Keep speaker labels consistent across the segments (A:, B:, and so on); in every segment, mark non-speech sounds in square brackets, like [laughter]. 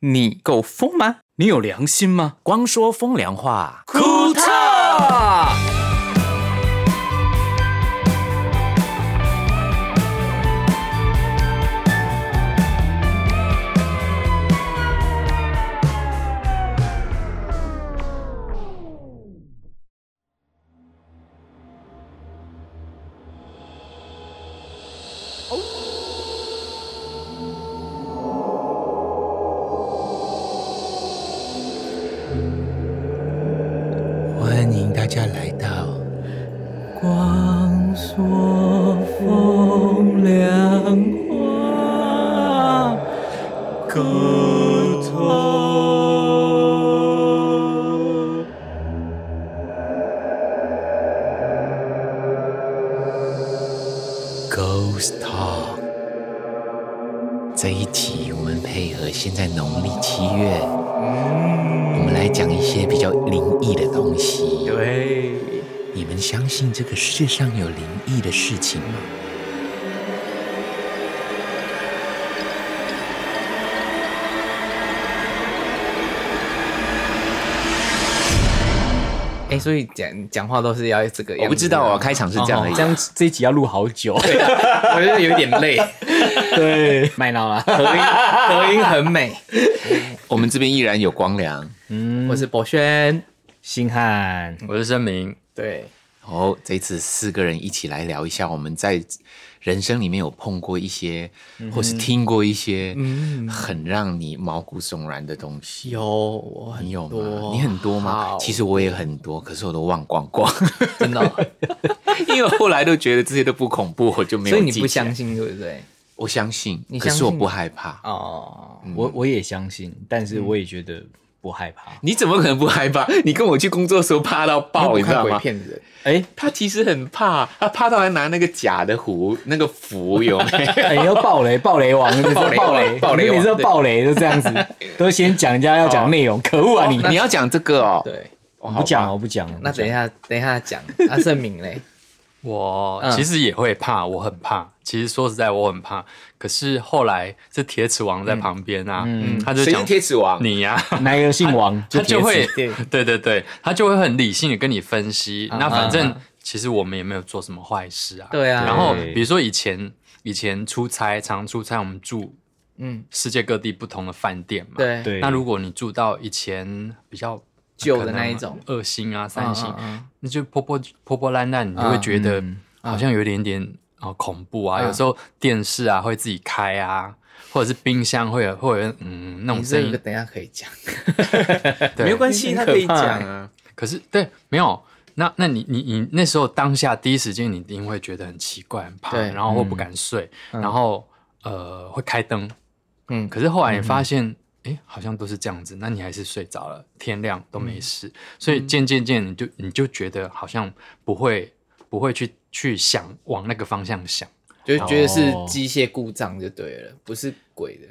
A: 你够疯吗？你有良心吗？
B: 光说风凉话，
A: 库特，
C: 欢迎大家来到
D: 光说风凉话，歌头。
C: Ghost Talk。这一集我们配合现在农历七月，我们来讲一些比较灵异的东西。
A: 对，
C: 你们相信这个世界上有灵异的事情吗？
A: 哎、所以讲讲话都是要这个样子
B: 我不知道
A: 啊
B: 啊，开场是这样的
A: 哦，
D: 这样这一集要录好久，
A: 我觉得有点 [laughs] 累，啊
D: 对，
A: 麦闹啦，合音合音很美。
B: 我们这边依然有光良。
A: 我是博轩，
D: 星汉，
E: 我是声明，
A: 对，
B: 哦，这一次四个人一起来聊一下，我们在人生里面有碰过一些，
A: 嗯
B: 或是听过一些很让你毛骨悚然的东西。
A: 有我很
B: 你有吗
A: 多？
B: 你很多吗？
A: 好
B: 其实我也很多，可是我都忘光光， [laughs]
A: 真的哦、
B: 因为我后来都觉得这些都不恐怖，我就没有
A: 所以你
B: 记
A: 不
B: 起来
A: 相？信对不对？
B: 我相信
A: 你，
B: 可
A: 相
B: 是我
A: 信
B: 不
A: 吗
B: 害怕。
A: 哦，
D: 我我也相信，但是我也觉得不害怕。
B: 你怎么可能不害怕？你跟我去工作的时候怕到爆，
A: 我
B: 你知
A: 看
B: 道
A: 鬼
B: 吗？
A: 片的人，
D: 哎
B: 他其实很怕，他怕到还拿那个假的壶、那个符有没
A: [laughs]
B: 有？
D: 哎，要爆雷，爆雷王，你
A: 暴
D: 说
A: 雷
D: 爆雷，
A: 暴雷
D: 你每次都
A: 王对
D: 爆雷都这样子，都先讲人家要讲内容，可恶啊
A: 哦
D: 你！
B: 你要讲这个哦，
A: 对。
B: 哦
D: 我
B: 好
D: 不
B: 吧
D: 讲了，我不讲了。
A: 那等一下，等一下讲啊，证明 [laughs] 嘞，
E: 我
A: 嗯
E: 其实也会怕，我很怕。其实说实在，我很怕。可是后来这铁齿
A: 嗯
E: 王在旁边啊，他就
B: 谁
E: 讲
B: 是铁齿王？
E: 你呀、 [laughs]
D: 哪一个姓王？
E: 他
D: 铁
E: 就会
D: 齿
A: 对，
E: 对对对，他就会很理性的跟你分析。那反
A: 啊
E: 正其实我们也没有做什么坏事啊。
A: 对啊
E: 然后
D: 对
E: 比如说以前以前出差，常出差，我们住
A: 嗯，
E: 世界各地不同的饭店嘛。。
A: 对，
D: 对。 [laughs]
E: 那如果你住到以前比较
A: 旧的那一种，
E: 二星啊、三星，
A: 嗯嗯
E: 那就破破破破烂烂，你就
A: 啊
E: 会觉得好像有一点点啊、呃恐怖啊。
A: 嗯
E: 有时候电视啊会自己开啊，或者是冰箱会有会有嗯那
A: 嗯你
E: 种
A: 这
E: 声
A: 个
E: 音。
A: 等一下可以讲，
E: 对
B: 没有关系，
A: 很
B: 他
A: 可
B: 可以
A: 怕
B: 讲
A: 欸
B: 啊。
E: 可是对，没有。那那你你你那时候当下第一时间，你一定会觉得很奇怪、很怕，
A: 对
E: 然后会不敢睡，然后呃会开灯。
A: 嗯，
E: 可是后来你发现，哎、好像都是这样子，那你还是睡着了，天亮都没事，所以渐渐渐你就你就觉得好像不会不会去去想往那个方向想，
A: 就觉得是
D: 哦
A: 机械故障就对了，不是鬼的，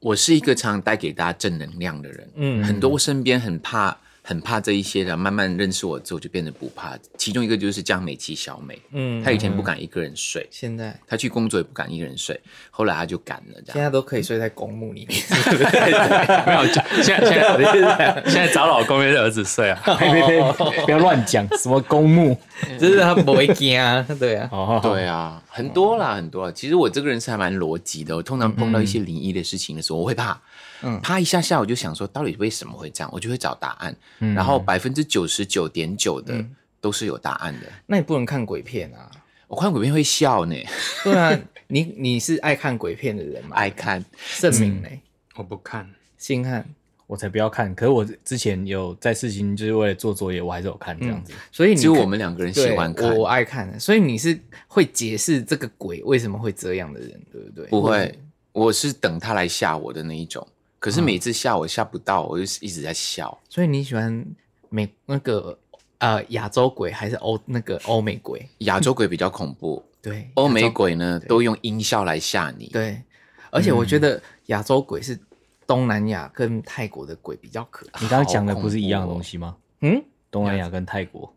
B: 我是一个常带给大家正能量的人，
A: 嗯
B: 很多身边很怕很怕这一些的，慢慢认识我之后就变得不怕。其中一个就是江美琪小美，
A: 嗯
B: 她以前不敢一个人睡，
A: 现在
B: 她去工作也不敢一个人睡，后来她就敢了，这
A: 现
B: 样。
A: 在都可以睡在公墓 [laughs] 里面，
E: [laughs] 没有，就现在现在现在找老公跟儿子睡啊，
D: 呸呸呸！不要乱讲，什么公墓？
A: 就是他不会惊啊， [laughs] 对啊，
D: 哦，
B: 对啊，很多
A: 哦
B: 啦，很多啦。其实我这个人是还蛮逻辑的，我通常碰到一些灵异的事情的时候，我会怕，
A: 嗯
B: 怕一下下，我就想说到底为什么会这样，我就会找答案。
A: 嗯
B: 然后百分之九十九点九的都是有答案的。
A: 那你不能看鬼片啊，
B: 我看鬼片会笑
A: [laughs]
B: 呢，
A: 对啊，你你是爱看鬼片的人吗？
B: 爱看。
A: 证明嘞，
E: 我不看，
A: 星汉，
D: 我才不要看。可是我之前有在事情，就是为了做作业，我还是有看这样子。
A: 所以你
B: 只有
A: 看
B: 我们两个人喜
A: 对
B: 欢看
A: 我，我爱看，所以你是会解释这个鬼为什么会这样的人，对不对？
B: 不会，我是等他来吓我的那一种。可
A: 嗯
B: 是每次吓我吓不到，我就是一直在笑。
A: 所以你喜欢美那个呃亚洲鬼还是欧那个欧美鬼？
B: 亚洲鬼比较恐怖，
A: 对，
B: 欧
A: 嗯 [laughs] 亚
B: 美
A: 洲
B: 鬼呢都用音效来吓你。
A: 对，而且我觉
B: 嗯
A: 得亚洲鬼是东南亚跟泰国的鬼比较可怕。
D: 你刚刚讲的不是一样的东西吗？
A: 嗯，
D: 东南亚跟泰国，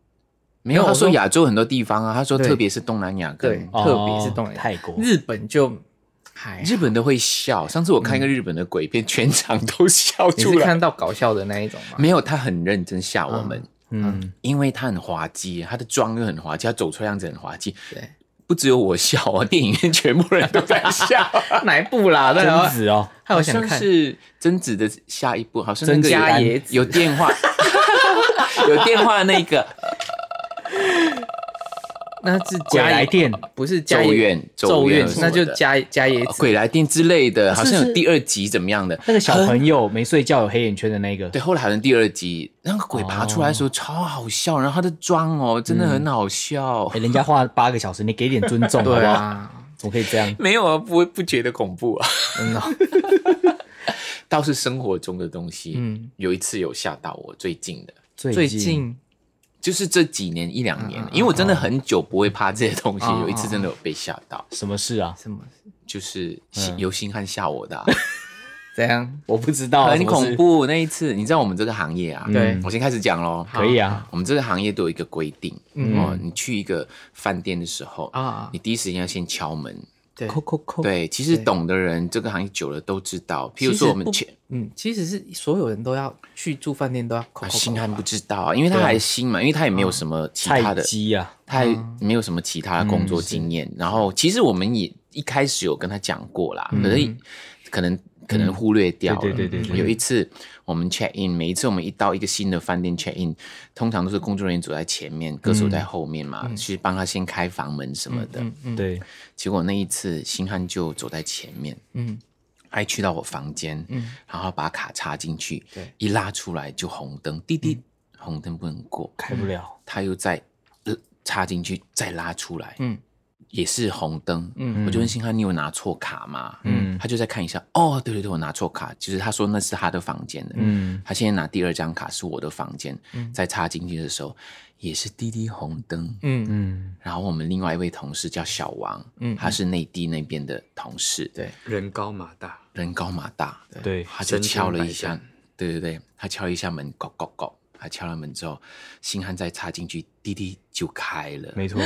B: 没有，
A: 没有
B: 他说
A: 我说
B: 亚洲很多地方啊，他说
A: 对
B: 特别是东南亚跟
A: 对特别是
D: 哦
A: 东南亚
D: 泰国
A: 日本就还
B: 日本都会笑。上次我看一个日本的鬼片，全场都笑
A: 你
B: 出
A: 是
B: 来。
A: 看到搞笑的那一种吗？
B: 没有，他很认真吓我们，
D: 嗯，
B: 因为他很滑稽，他的妆又很滑稽，他走出来样子很滑稽。
A: 对，
B: 不只有我笑啊，电影院全部人都在
A: [laughs]
B: 笑。
A: 哪一部啦？对
D: 贞
A: 啊，
D: 子哦，
A: 还有
B: 好
A: 想
B: 像
A: 看
B: 是贞子的下一部，好像那个
D: 贞子
B: 有
A: 家野子
B: 有电
A: [laughs]
B: 话，有电话那个
A: 那是
D: 鬼
A: 家
D: 来
A: 野，
D: 电，
A: 不是家
B: 咒
A: 野
B: 怨
A: 咒
B: 怨
A: 怨
B: 什，么
A: 那
B: 的，
A: 就家家野子。
B: 呃鬼来电之类的，好像有第二集怎么样的。
D: 那个小朋友没睡觉有黑眼圈的那个，
B: 对，后来好像第二集那个
A: 哦
B: 鬼爬出来的时候超好笑，然后他的妆哦真的很好笑
D: 哎，，人家画八个小时，你给点尊重好
A: 对
D: 不好？
A: 啊，
D: 怎么可以这样？
B: 没有啊，不会不觉得恐怖啊，
A: 真的哦，
B: [laughs] 倒是生活中的东西，
A: 嗯，
B: 有一次有吓到我最近的。
A: 最
D: 最近
A: 近
B: 就是这几年一两年
A: 嗯嗯，
B: 因为我真的很久不会怕这些东西，
A: 嗯嗯
B: 有一次真的有被吓到，
D: 什么事啊？
A: 什么
B: 就是
A: 嗯
B: 游星汉吓我的啊，
A: 怎样？
D: 我不知道啊，
A: 哦
B: 很
D: 什么事
B: 恐，怖。那一次，你知道我们这个行业啊，
A: 对
B: 我先开始讲喽。
A: 嗯好
D: 可以啊，
B: 我们这个行业都有一个规定，
A: 嗯
B: 哦，你去一个饭店的时候，
A: 啊
B: 你，第一时间要先敲门。
A: 对，
D: 扣扣扣，
B: 对，其实
A: 对
B: 懂的人，这个行业久了都知道。譬如
A: 其实
B: 说我们
A: 不
B: 前
A: 嗯，其实是所有人都要去住饭店都要扣
B: 啊
A: 扣扣
B: 星汉
A: 吧
B: 不知道啊，因为他还新嘛，因为他也没有什么其他
D: 菜
B: 的，
D: 鸡啊，
B: 他也没有什么其他的工作经
D: 嗯
B: 验。然后其实我们也一开始有跟他讲过啦，可是可能可能忽略掉了。
D: 嗯对对对对对
B: 有一次我们 check in，每一次我们一到一个新的饭店 check in，通常都是工作人员走在前面，歌手在后面嘛，
D: 嗯
B: 去帮他先开房门什么啊的。
A: 嗯嗯
D: 对，
B: 结果那一次星汉就走在前面，
A: 嗯，
B: 还去到我房间，
A: 嗯
B: 然后把卡插进去，
A: 对，
B: 一拉出来就红灯，滴
D: 嗯
B: 滴，红灯不能过，
D: 开不了，
B: 他又再、呃、插进去，再拉出来，
A: 嗯，
B: 也是红灯，
A: 嗯
B: 我就问星汉，你有拿错卡吗？
D: 嗯
B: 他就再看一下，哦，对对对，我拿错卡，其实他说那是他的房间的，
D: 嗯，
B: 他现在拿第二张卡是我的房间，再插进去的时候也是滴滴红灯，
A: 嗯嗯，
B: 然后我们另外一位同事叫小王，
A: 嗯
B: 他是内地那边的同事，
A: 对，
E: 人高马大，
B: 人高马大，
D: 对，
B: 他就
E: 身经
B: 敲了一
E: 百
B: 下
E: 战，
B: 对对对，他敲了一下门，咯咯咯，他敲了门之后，星汉再插进去，滴滴就开了。
D: 没错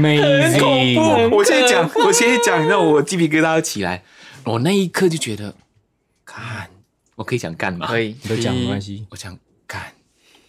D: ，amazing，
B: 我现在讲，我现在讲，让我鸡皮疙瘩都起来。我那一刻就觉得，干，我可以讲干嘛？[laughs]
A: 可以，
D: 你都讲没关系，
B: 我想干，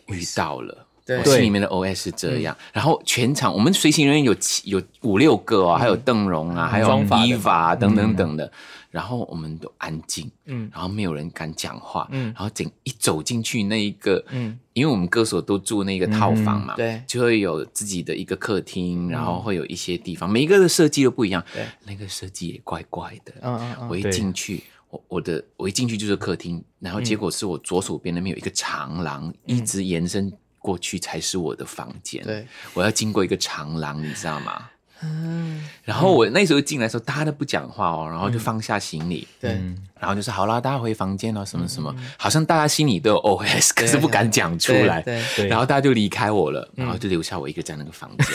B: 遇到了。
A: 对
B: 我
A: 嗯
B: 心里面的 OS 是这样，然后全场我们随行人员有七有五六个哦，还有邓荣啊，还有
A: 嗯妆发的
B: Eva 啊等等等的，然后我们都安静，
A: 嗯
B: 然后没有人敢讲话，
A: 嗯
B: 然后整一走进去那一个，
A: 嗯
B: 因为我们歌手都住那个套房嘛，
A: 对
B: 就会有自己的一个客厅，然后会有一些地方，每一个的设计都不一样
A: 嗯对，
B: 那个设计也怪怪的，
A: 嗯嗯嗯，
B: 我一
D: 对
B: 进去，我我的我一进去就是客厅，然后结
A: 嗯
B: 果是我左手边那边有一个长廊，一直延伸过去才是我的房间。
A: 对，
B: 我要经过一个长廊，你知道吗？
A: 嗯，
B: 然后我那时候进来的时候，大家都不讲话哦，然后就放下行李，
A: 对，嗯
B: 然后就说好啦，大家回房间了，哦什么什么，好像大家心里都有 OS，可是不敢讲出来。
A: 对，对
D: 对
B: 然后大家就离开我了，然后就留下我一个在那个房间。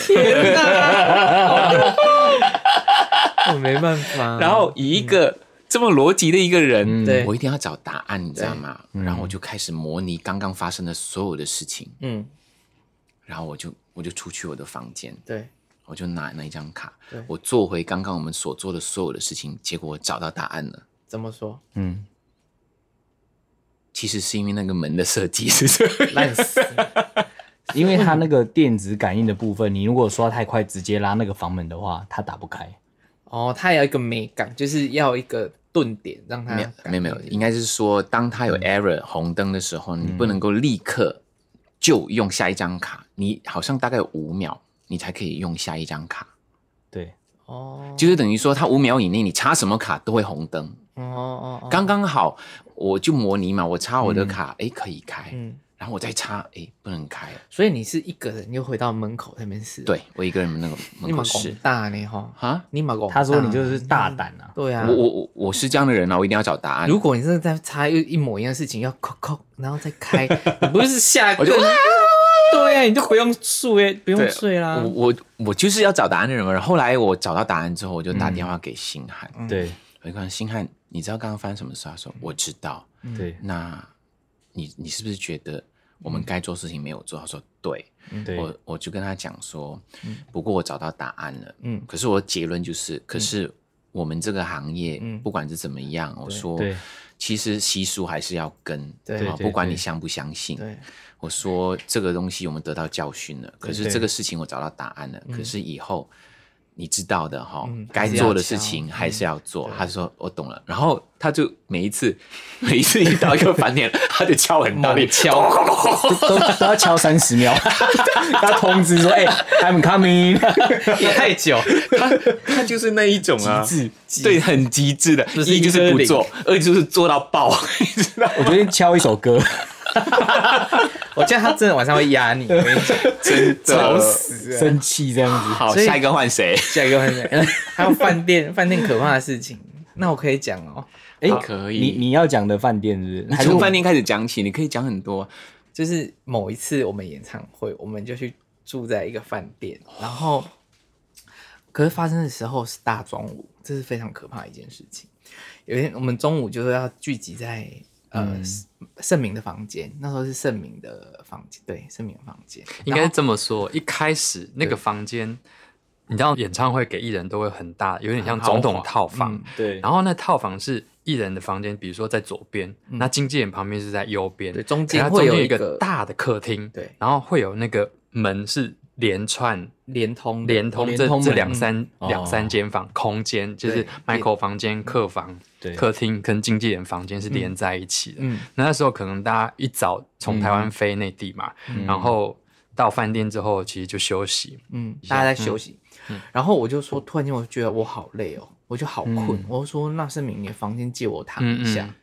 A: 我没办法，
B: [laughs] [laughs] 然后以一个这么逻辑的一个人，
A: 对
B: 嗯我一定要找答案，你知道吗？然后我就开始模拟刚刚发生的所有的事情，
A: 嗯，
B: 然后我就我就出去我的房间，
A: 对，
B: 我就拿那一张卡
A: 对，
B: 我做回刚刚我们所做的所有的事情，结果我找到答案了。
A: 怎么说？
D: 嗯，
B: 其实是因为那个门的设计是这样，
A: 烂死，
D: 因为它那个电子感应的部分，你如果刷太快，直接拉那个房门的话，它打不开。
A: 哦，它有一个美感，就是要一个顿点让它
B: 没有没有没有，应该是说当它
A: 嗯
B: 有 error 红灯的时候，你不能够立刻就用下一张卡，你好像大概有五秒，你才可以用下一张卡。
D: 对，
A: 哦，
B: 就是等于说，它五秒以内你插什么卡都会红灯，
A: 哦哦哦，
B: 刚刚好，我就模拟嘛，我插我的卡，哎、可以开，
A: 嗯，
B: 然后我再插，哎，不能开。
A: 所以你是一个人又回到门口那边试，，
B: 对我一个人那个
A: 你
B: 门口
A: 蛮
B: 试
A: 大呢哈，
B: 啊，
A: 你蛮
D: 他说你就是大胆啊，
A: 对啊，
B: 我我我我是这样的人啊，我一定要找答案。
A: 如果你真的在插一一模一样的事情，要扣扣，然后再开，你不是下
B: 我
A: 个
B: 就
A: 对啊，你就不用睡，
D: 啊
A: 不用
B: 对
A: 睡啦。
B: 我我我就是要找答案的人嘛。然后后来我找到答案之后，我就打电话给星汉，
A: 嗯
D: 对
B: 我就跟他说星汉，你知道刚刚发生什么事？他啊说我知道。
A: 嗯
D: 对
B: 那你你是不是觉得我们该做事情没有做？他说对。
D: 嗯对
B: 我我就跟他讲说，不过我找到答案了，嗯
A: 嗯，
D: 嗯
B: 可是我结论就是，可是我们这个行业，
A: 嗯
B: 不管是怎么样，我说
D: 对，
B: 其实习俗还是要跟，
A: 对
B: 啊
D: 对
B: 不管你
D: 对
B: 相不相信，
A: 对，
B: 我说这个东西我们得到教训了，可是
A: 对
B: 这个事情我找到答案了，可是以后你知道的哈、
A: 嗯
B: 该做的事情还是要做。他说我懂了，然后他就每一次每一次遇到一个烦点， [laughs] 他就敲很大力
A: 猛，敲，
D: 都
A: [laughs]
D: 都要敲三十秒， [laughs] 要通知说，哎、i m coming，
A: [laughs] 也太久，
B: 他他就是那一种啊，
D: 极
A: 致
B: 对，很极致的，
A: 就是
B: 一就
A: 一
B: 是
A: 个
B: 不
A: 零
B: 做，二就是做到爆， [laughs] 你知道吗？
D: 我决定敲一首歌，
A: 我觉得他真的晚上会压你，我跟你讲
B: 真
A: 吵
B: 的。
A: 死
D: [laughs]
A: 了。
D: 生气这样子。
B: 好，
A: 所以
B: 下一个换谁？
A: 下一个问题， [laughs] 还有饭店，饭店可怕的事情，那我可以讲哦，
D: 哎、
B: 可以
D: 你你要讲的饭店是不是？还是
B: 从
D: 我
B: 饭店开始讲起，你可以讲很多。
A: 就是某一次我们演唱会，我们就去住在一个饭店，然后，可是发生的时候是大中午，这是非常可怕的一件事情。有一天我们中午就是要聚集在呃
E: 嗯
A: 盛明的房间，那时候是盛明的房间，对，盛明的房间，
E: 应该是这么说。一开始那个房间，你知道演唱会给艺人都会很大，有点像总统套房。
D: 对，
E: 然后那套房是艺人的房间，比如说在左边，那经纪人旁边是在右边，
A: 对中
E: 可它
A: 间
E: 中
A: 会
E: 间
A: 有
E: 有
A: 一个
E: 大的客厅，
A: 对
E: 然后会有那个门是连串
A: 联通的
E: 连通
D: 连
E: 这
D: 通
E: 这
D: 门
E: 两三
D: 哦
E: 两三间房空间，就是
A: 对
E: Michael 房间、客房
D: 对、
E: 客厅跟经纪人房间是连在一起的。
A: 嗯
E: 那那时候可能大家一早从台湾飞内地嘛，然后到饭店之后其实就休息，
A: 嗯，大家在休息。
E: 嗯
A: 然后我就说，突然间我就觉得我好累哦，我就好困。我就说，那盛明，你的房间借我躺一下。
E: 嗯嗯嗯嗯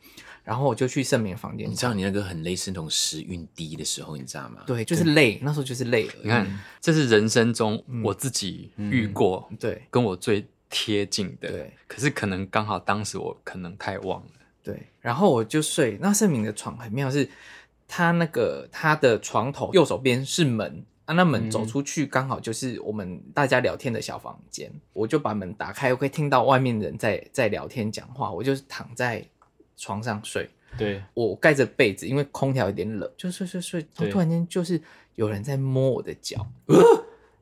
A: 然后我就去盛明的房间
B: 你，知道你那个很类似那种时运低的时候，你知道吗？
A: 对，就是累，那时候就是累了。
E: 你看，这是人生中我自己遇过，
A: 对
E: 跟我最贴近的。
A: 嗯对，
E: 可是可能刚好当时我可能太忘了。
A: 对，然后我就睡。那盛明的床很妙是，他那个他的床头右手边是门。啊，那门走出去刚好就是我们大家聊天的小房间，我就把门打开，我可以听到外面人在在聊天讲话，我就是躺在床上睡，
D: 对，
A: 我盖着被子，因为空调有点冷，就睡睡睡，然后
D: 对
A: 突然间就是有人在摸我的脚，呃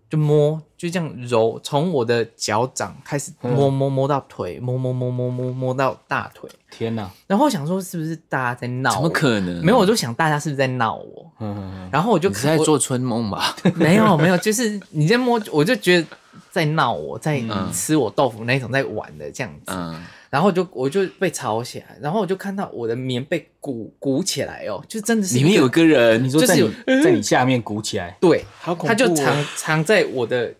A: 就摸，就这样揉，从我的脚掌开始摸摸摸到腿，摸摸摸摸摸摸到大腿，
D: 天哪、
A: 然后我想说是不是大家在闹我？
B: 怎么可能？
A: 没有，我就想大家是不是在闹我？
D: 嗯，
A: 然后我就
B: 你是在
A: 我
B: 做春梦吧？
A: [laughs] 没有没有，就是你在摸，我就觉得在闹我，在
B: 嗯
A: 吃我豆腐那一种，在玩的这样子。
B: 嗯，
A: 然后我就我就被吵起来，然后我就看到我的棉被鼓鼓起来哦，就真的是
B: 里面
A: 一个
B: 有个人，
D: 你说
A: 就是
D: 在
A: 有嗯
D: 你在你下面鼓起来，
A: 对，
B: 好恐怖哦
A: 他就藏藏在我的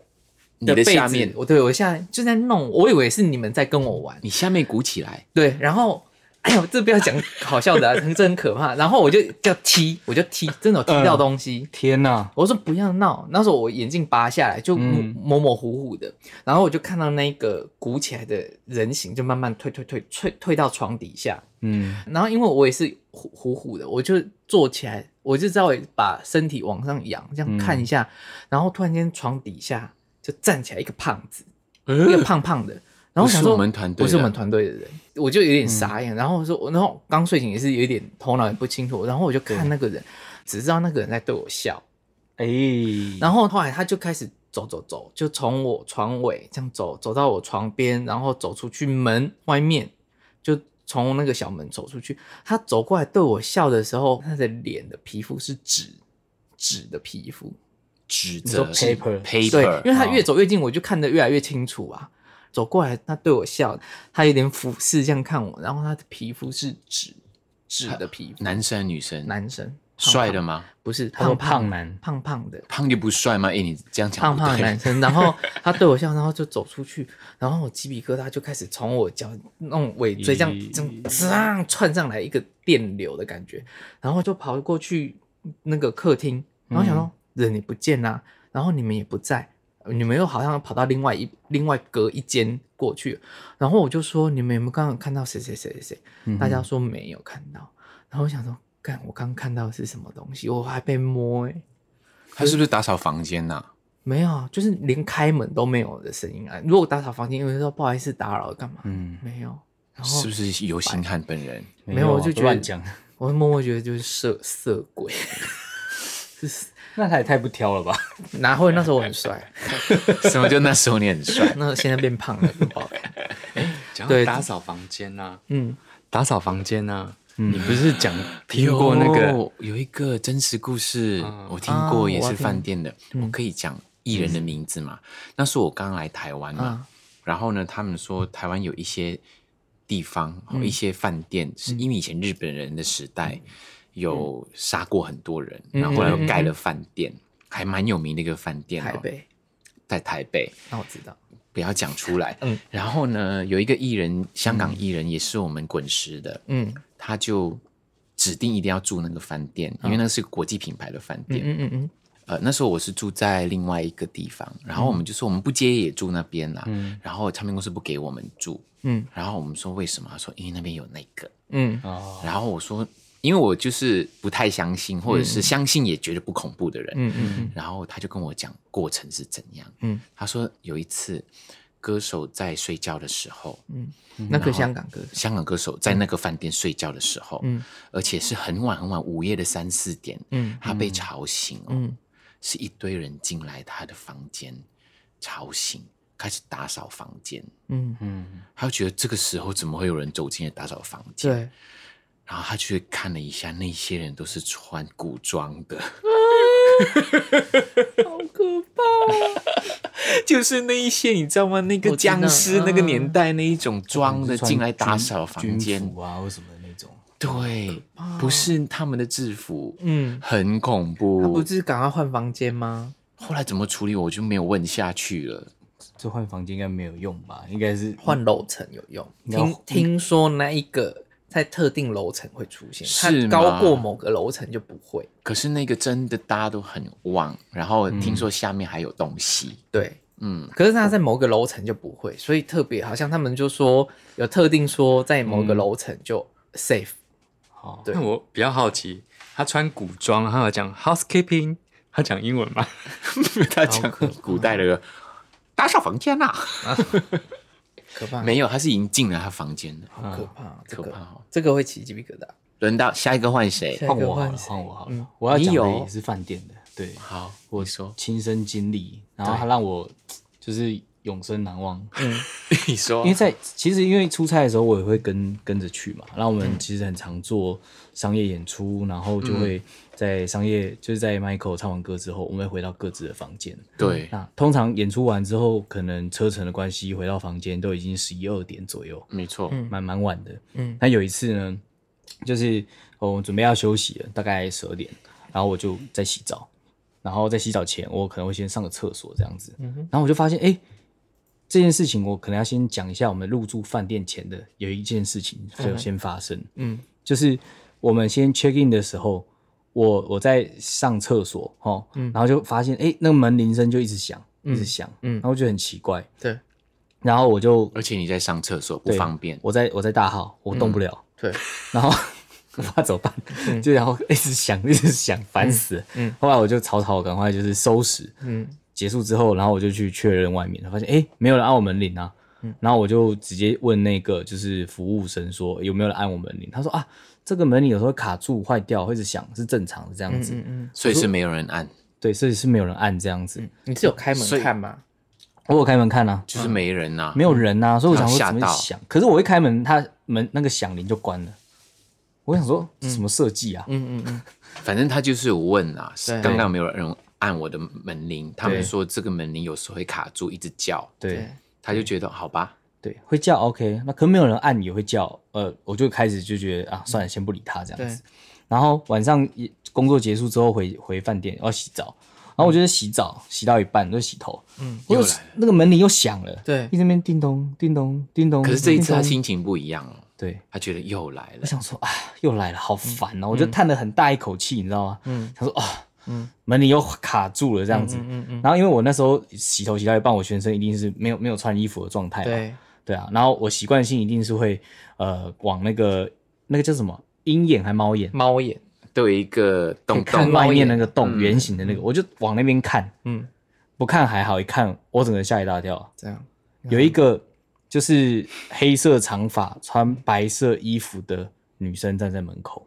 B: 你的
A: 被子
B: 下面，
A: 我对我下就在弄，我以为是你们在跟我玩，
B: 你下面鼓起来，
A: 对，然后。哎呦，这不要讲好笑的、啊， [laughs] 这很可怕。然后我就叫踢，我就踢，真的有踢到东西。
D: 天哪、
A: 我说不要闹，那时候我眼镜拔下来就模
D: 嗯
A: 模模糊糊的，然后我就看到那个鼓起来的人形就慢慢退退退退退到床底下，
D: 嗯，
A: 然后因为我也是虎虎虎的，我就坐起来，我就稍微把身体往上仰，这样看一下，然后突然间床底下就站起来一个胖子，一个胖胖的，然后想
B: 不是
A: 说
B: 我们团队的嗯
A: 不是我们团队的人，我就有点傻眼，然后我说，我然后刚睡醒也是有点头脑也不清楚，然后我就看那个人，只知道那个人在对我笑，
D: 哎、
A: 然后后来他就开始走走走，就从我床尾这样走，走到我床边，然后走出去门外面，就从那个小门走出去。他走过来对我笑的时候，他的脸的皮肤是纸纸的皮肤，
B: 指
D: 你说
B: 着
D: paper
A: 对，
B: paper，
A: 因为他越
B: 哦
A: 走越近，我就看得越来越清楚啊。走过来，他对我笑，他有点俯视这样看我，然后他的皮肤是纸纸的皮肤，
B: 男生啊女生，
A: 男生胖
B: 帅的
A: 胖
B: 吗？
A: 不是
D: 他说
A: 胖
D: 胖男
A: 胖胖的。
B: 胖就不帅吗？哎，你这样讲
A: 胖
B: 不
A: 胖的
B: 对
A: 男。生，然后他对我笑，然后就走出去，然后我鸡皮疙瘩就开始从我脚弄尾椎这样
D: 咦
A: 这样这样窜上来一个电流的感觉，然后就跑过去那个客厅，然后想说人也不见啦、然后你们也不在，你们又好像跑到另外一另外隔一间过去，然后我就说你们有没有刚刚看到谁谁谁谁谁？
D: 嗯
A: 大家说没有看到，然后我想说。干，我刚看到的是什么东西？我还被摸哎、欸
B: 他是不是打扫房间呐？
A: 没有，啊，就是连开门都没有的声音啊。如果打扫房间，有人说不好意思打扰，干嘛？
D: 嗯，
A: 没有。然后
B: 是不是游星汉本人？
A: 没有
D: 啊
A: 我就觉得
D: 乱讲， [laughs]
A: 我默默觉得就是色色鬼，
D: 那他也太不挑了吧？
A: 哪会那时候我很帅，
B: 什么叫那时候你很帅？
A: 那现在变胖了，不好看。
E: 讲
A: 对
E: 到打扫房间啊呐、
A: 嗯，
E: 打扫房间呐、你不是讲听过那个
B: 有有一个真实故事，
E: 嗯
B: 我听
A: 啊
B: 过，
A: 我
B: 也是
A: 听嗯
B: 饭店的。我可以讲艺人的名字嘛？那时候我刚来台湾嘛
A: 啊，
B: 然后呢，他们说台湾有一些地方、
A: 嗯
B: 哦一些饭店，是因为以前日本人的时代有杀过很多人，
A: 嗯
B: 然后后来又
A: 嗯嗯
B: 盖了饭店，还蛮有名的一个饭店、哦，
A: 台北，
B: 在台北。
A: 那我知道，
B: 不要讲出来。
A: 嗯
B: 然后呢，有一个艺人，香港艺人也是我们滚石的，
A: 嗯
B: 他就指定一定要住那个饭店，因为那是国际品牌的饭
A: 嗯
B: 店。
A: 嗯嗯
B: 呃，那时候我是住在另外一个地方，然后我们就说我们不接也住那边啦。然后唱片公司不给我们住，
A: 嗯
B: 然后我们说为什么？他说因为那边有那个。
A: 嗯
D: 哦，
B: 然后我说，因为我就是不太相信，或者是相信也觉得不恐怖的人。
A: 嗯嗯
B: 然后他就跟我讲过程是怎样。
A: 嗯
B: 他说有一次歌手在睡觉的时候，
A: 嗯，那个香港歌，
B: 香港歌手在那个饭店睡觉的时候，
A: 嗯
B: 而且是很晚很晚，午夜的三四点，
A: 嗯
B: 他被吵醒哦，
A: 嗯
B: 是一堆人进来他的房间吵醒，开始打扫房间，
A: 嗯，
B: 他就觉得这个时候怎么会有人走进来打扫房间？
A: 对，
B: 然后他去看了一下，那些人都是穿古装的，
A: 好可怕，
B: 就是那一些你知道吗？那
A: 我
B: 个
A: 知道
B: 僵尸
A: 嗯
B: 那个年代那一种装的
D: 是穿
B: 进来打
D: 军
B: 扫房间
D: 军，服啊，或什么的那种。
B: 对，不是他们的制服，
A: 嗯，
B: 很恐
A: 他不
B: 怖。
A: 是赶快换房间吗？
B: 后来怎么处理，我就没有问下去了。
D: 这换房间应该没有用吧？应该是
A: 换楼层有用，
D: 嗯要
A: 听听说那一个在特定楼层会出现，
B: 是吗
A: 它高过某个楼层就不会。
B: 可是那个真的大家都很旺，然后听说下面还有东西，
A: 对，
B: 嗯，
A: 可是它在某个楼层就不会，所以特别好像他们就说有特定说在某个楼层就 safe，、
D: 好
A: 对
E: 那我比较好奇，他穿古装，他有讲 housekeeping，他讲英文吗？
B: 他讲古代的打扫房间啊，
A: 可怕，
B: 没有，他是已经进了他房间了，
A: 好可
D: 嗯
A: 怕，这
B: 可
A: 个
B: 怕哦。
A: 这个会起鸡皮疙瘩。
B: 轮到下一个换谁？
A: 下
D: 换
A: 一个
D: 我好了，
A: 谁
D: 换我好啊了。
A: 嗯
D: 我要
B: 你
D: 讲的
B: 有
D: 也是饭店的，对，，
B: 好，我说
D: 亲身经历，然后他让我就是永生难忘。
A: 嗯
B: 你说
D: 因为在其实因为出差的时候，我也会跟跟着去嘛。那我们
B: 嗯
D: 其实很常做商业演出，然后就会在商业就是在 Michael 唱完歌之后，我们会回到各自的房间。
B: 对，
D: 那通常演出完之后，可能车程的关系，回到房间都已经十一二点左右，
B: 没错，
D: 蛮蛮晚的。
A: 嗯
D: 那有一次呢，就是哦我们准备要休息了，大概十二点，然后我就在洗澡，然后在洗澡前，我可能会先上个厕所这样子，
A: 嗯
D: 然后我就发现，哎、这件事情我可能要先讲一下，我们入住饭店前的有一件事情就先发生，
A: 嗯
D: 就是我们先 check in 的时候，我我在上厕所哦，然后就发现哎、诶那个门铃声就一直响，一直响，
A: 嗯
D: 然后我觉得很奇怪，
A: 对
D: 然后我就
B: 而且你在上厕所不
D: 对
B: 方便，
D: 我在我在大号，我
A: 嗯
D: 动不了，
A: 对，
D: 然后 [laughs] 我不知道怎么办，就然后一直想 [laughs] 一直想，烦死了。
A: 嗯
D: 后来我就草草赶快就是收拾，
A: 嗯
D: 结束之后，然后我就去确认外面，发现哎、诶没有人按我门铃啊，
A: 嗯
D: 然后我就直接问那个就是服务生说有没有人按我门铃，他说啊这个门铃有时候会卡住坏掉，会一直响是正常的这样子，
A: 嗯嗯，
B: 所以是没有人按，
D: 对，所以是没有人按这样子，
A: 你是有开门
B: 所以
A: 看吗？
D: 我有开门看啊，
B: 就是没人啊，
D: 没有人
A: 嗯
D: 呐、所以我想说
B: 他有
D: 怎么
B: 吓到
D: 响，可是我一开门，他门那个响铃就关了，我想说什么设计啊？
A: 嗯嗯嗯，
B: 反正他就是有问啊，是
A: 对
B: 刚刚没有人按我的门铃，他们
D: 对
B: 说这个门铃有时候会卡住，一直叫，
D: 对。
B: 他就觉得好吧，
D: 对，会叫 OK，那可没有人按也会叫，呃，我就开始就觉得啊，算了，先不理他这样子。然后晚上一工作结束之后回回饭店要洗澡，然后我觉得洗澡、洗到一半就洗头，嗯，我又那个门铃又响了，
A: 对
D: 一直在那边叮咚叮咚叮咚。
B: 可是这一次他
D: 叮咚
B: 心情不一样哦，
D: 对，
B: 他觉得又来
D: 我
B: 了，
D: 想说啊，又来了，好烦哦！我就叹了很大一口气，你知道吗？嗯，想说啊，嗯，门铃又卡住了这样子。嗯嗯。然后因为我那时候洗头洗到一半，我全身一定是没有没有穿衣服的状态嘛。
A: 对，
D: 对啊，然后我习惯性一定是会呃往那个那个叫什么鹰眼还猫眼，
A: 猫眼，
B: 都有一个洞
D: 看
B: 洞，
D: 外面那个洞圆形的那个，我就往那边看，
A: 嗯，
D: 不看还好，一看我整个吓一大跳。啊
A: 这样，
D: 有
A: 嗯
D: 一个就是黑色长发穿白色衣服的女生站在门口，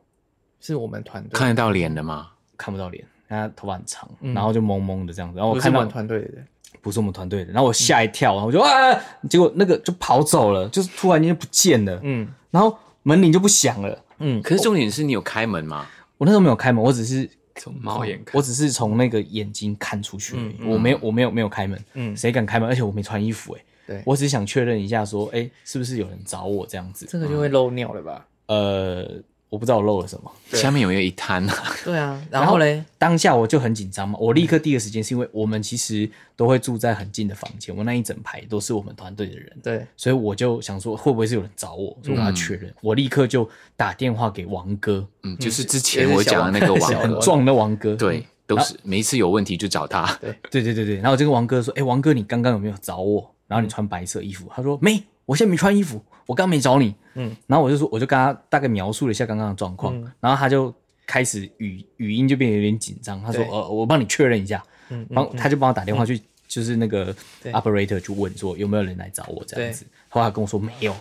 A: 是我们团队，
B: 看得到脸的吗？
D: 看不到脸，她头发很长，然后就蒙蒙的这样子，然后我
A: 嗯不是
D: 看
A: 我
D: 到
A: 们团队的人，嗯
D: 不是我们团队的。然后我吓一跳，然后我就啊，结果那个就跑走了，就是突然间就不见了。
A: 嗯
D: 然后门铃就不响了。
A: 嗯
B: 可是重点是你有开门吗？
D: 我那时候没有开门，我只是
E: 从猫眼
D: 哦
E: 看，
D: 我只是从那个眼睛看出去而已，
A: 嗯
D: 我没有我没有没有开门，
A: 嗯，
D: 谁敢开门？而且我没穿衣服、欸，哎，
A: 对，
D: 我只是想确认一下说，哎、是不是有人找我这样子？
A: 这个就会漏尿了吧？
D: 呃，我不知道我漏了什么。
A: 对
B: 下面有没有一滩啊？
A: 对 [laughs] 啊，然后嘞，
D: 当下我就很紧张嘛，我立刻第一个时间是因为我们其实都会住在很近的房间，我那一整排都是我们团队的人，
A: 对，
D: 所以我就想说会不会是有人找我，所以我要确认，我立刻就打电话给王哥，
B: 嗯，就是之前我讲的那个
A: 小
B: 网
A: 王
D: 很
B: 格，
D: 壮的王哥，
B: 哦对，都是每一次有问题就找他。
D: 对对对对，然后我就跟王哥说，哎、王哥你刚刚有没有找我？然
A: 嗯
D: 后你穿白色衣服，他说没，我现在没穿衣服，我刚没找你，
A: 嗯
D: 嗯，然后我就说我就跟他大概描述了一下刚刚的状况，
A: 嗯
D: 然后他就开始语语音就变得有点紧张，他说
A: 对
D: 呃我帮你确认一下，
A: 嗯，嗯
D: 帮他就帮我打电话去，就是那个
A: 对
D: operator 去问说有没有人来找我这样子，后来他跟我说没有，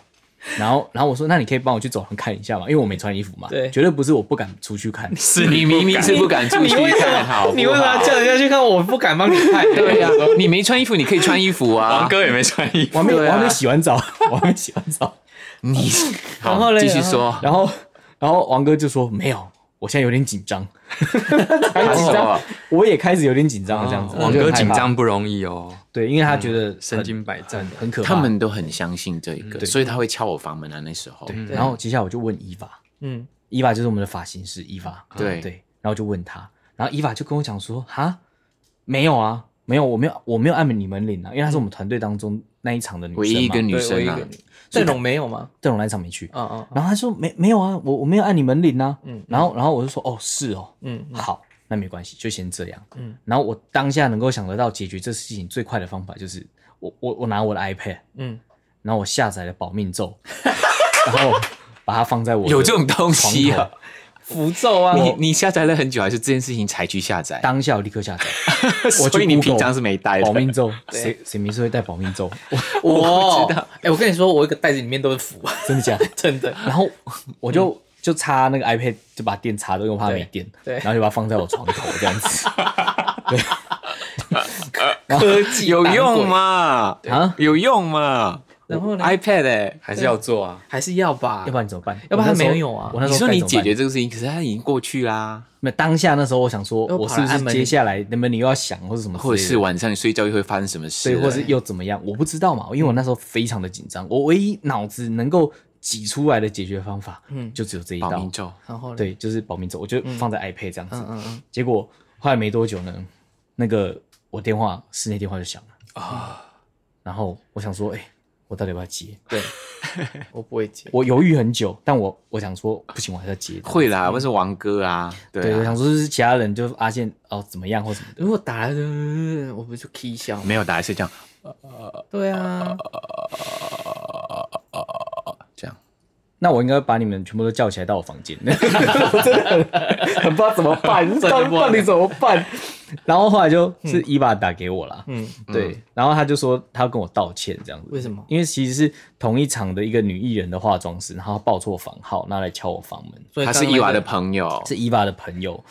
D: 然后然后我说那你可以帮我去走廊看一下嘛，因为我没穿衣服嘛，
A: 对
D: 绝对不是我不敢出去
A: [laughs]
D: 看，
B: 是你明明是不敢出去看好不好，
A: 你为什么要叫人家去看？我不敢帮你看。
B: 对呀、你没穿衣服，你可以穿衣服啊。
E: 王哥也没穿衣服，
D: 我还没、
B: 对
D: 我
B: 啊
D: 还没洗完澡， [laughs] 我还没洗完澡，
B: 你
A: 然后
B: 好，
A: 嘞
B: 继续说。
D: 然后然后王哥就说没有，我现在有点紧张，
B: 他
D: 很紧
B: 说
D: 张
B: 啊，
D: 我也开始有点紧张了这样子，
E: 哦王
D: 我就
E: 哥
D: 很害
E: 紧
D: 怕，
E: 张不容易哦，
D: 对，因为他觉得
E: 身经百战
D: 很。很可怕，
B: 他们都很相信这一个，
D: 对
B: 所以他会敲我房门啊。那时候，
D: 对，然后接下来我就问伊娃，
A: 嗯，
D: 伊娃就是我们的发型师伊娃，
B: 对
D: 啊对，然后就问他，然后伊娃就跟我讲说，哈，没有啊，没有，我没有，我没有按你门铃啊，因为她是我们团队当中那一场的女生
B: 唯一一
D: 嘛
B: 个女
A: 对，我
B: 生
A: 一
B: 啊
A: 个，郑容没有吗？
D: 邓荣那一场没去，
A: 啊啊，
D: 然后他说没没有啊，我我没有按你门铃啊，
A: 嗯
D: 然后然后我就说哦是哦，
A: 嗯嗯
D: 好，那没关系，就先这样，
A: 嗯
D: 嗯，然后我当下能够想得到解决这事情最快的方法就是我我我拿我的 iPad，
A: 嗯，
D: 然后我下载了保命咒， [laughs] 然后把它放在我的
B: 有这种东西
D: 床
B: 啊
D: 头？
A: 符咒啊，
B: 你你下载了很久，还是这件事情才去下载？
D: 当下我立刻下载。 [laughs] 我
B: 所以你平常是没带的。
D: 保命咒，谁谁没事会带保命咒？哇，
A: 我知道。哎，我跟你说，我一个袋子里面都是符，啊
D: 真的假的？
A: 真的。
D: 然后我就就插那个 iPad，就把电插着，因为我怕没电，
A: 对对
D: 然后就把它放在我床头这样子
A: 科技
B: 有用
A: 吗？
B: 吗？
D: 啊，
B: 有用吗？
A: 然后呢
B: iPad 哎、
E: 还是要做啊，？
A: 还是要吧，
D: 要不然怎么办？
A: 要不然
D: 我那时候
A: 没有啊
D: 我那时
B: 你
D: 候
B: 说
D: 该
B: 你
D: 怎么
B: 解
D: 办
B: 决这个事情，可是它已经过去啦，
D: 那当下那时候我想说，
A: 又
D: 我
A: 跑
D: 是不
A: 来
D: 是
A: 按门
D: 接
A: 铃
D: 下来那门铃又要响，或者什么之类的，
B: 或者是晚上睡觉又会发生什么事
D: 对，
B: 了？
D: 或是又怎么样？我不知道嘛，因为我那时候非常的紧
B: 嗯
D: 张，我唯一脑子能够挤出来的解决方法，
A: 嗯
D: 嗯，就只有这一
B: 保
D: 道
B: 命，咒，
A: 然后呢，
D: 对，就是保命咒，我就放在 iPad 这样子，
A: 嗯嗯嗯，
D: 结果后来没多久呢，那个我电话室内电话就响了啊，然后我想说，哎、我到底要不要接？
A: 对，我不会接。
D: 我犹豫很久，但我我想说不行，我还是要接。
B: 会啦，或是王哥啊，对
D: 对，我
B: 啊，
D: 想说就是其他人就发现哦怎么样或什么的，
A: 如果打来的，我不就 K 笑吗？
B: 没有打还是这样
A: 对啊，
B: 这样，
D: 那我应该把你们全部都叫起来到我房间，我真的很很不知道怎么办， [laughs] 到到底怎么办？然后后来就是伊爸打给我啦，
A: 嗯，
D: 对，然后他就说他要跟我道歉这样子，
A: 为什么
D: 因为其实是同一场的一个女艺人的化妆师，然后报错房号，那来敲我房门，
A: 所以
B: 他
A: 刚
B: 是
A: 刚那
B: 伊娃
A: 个
B: 的朋友，
D: 是伊爸的朋友，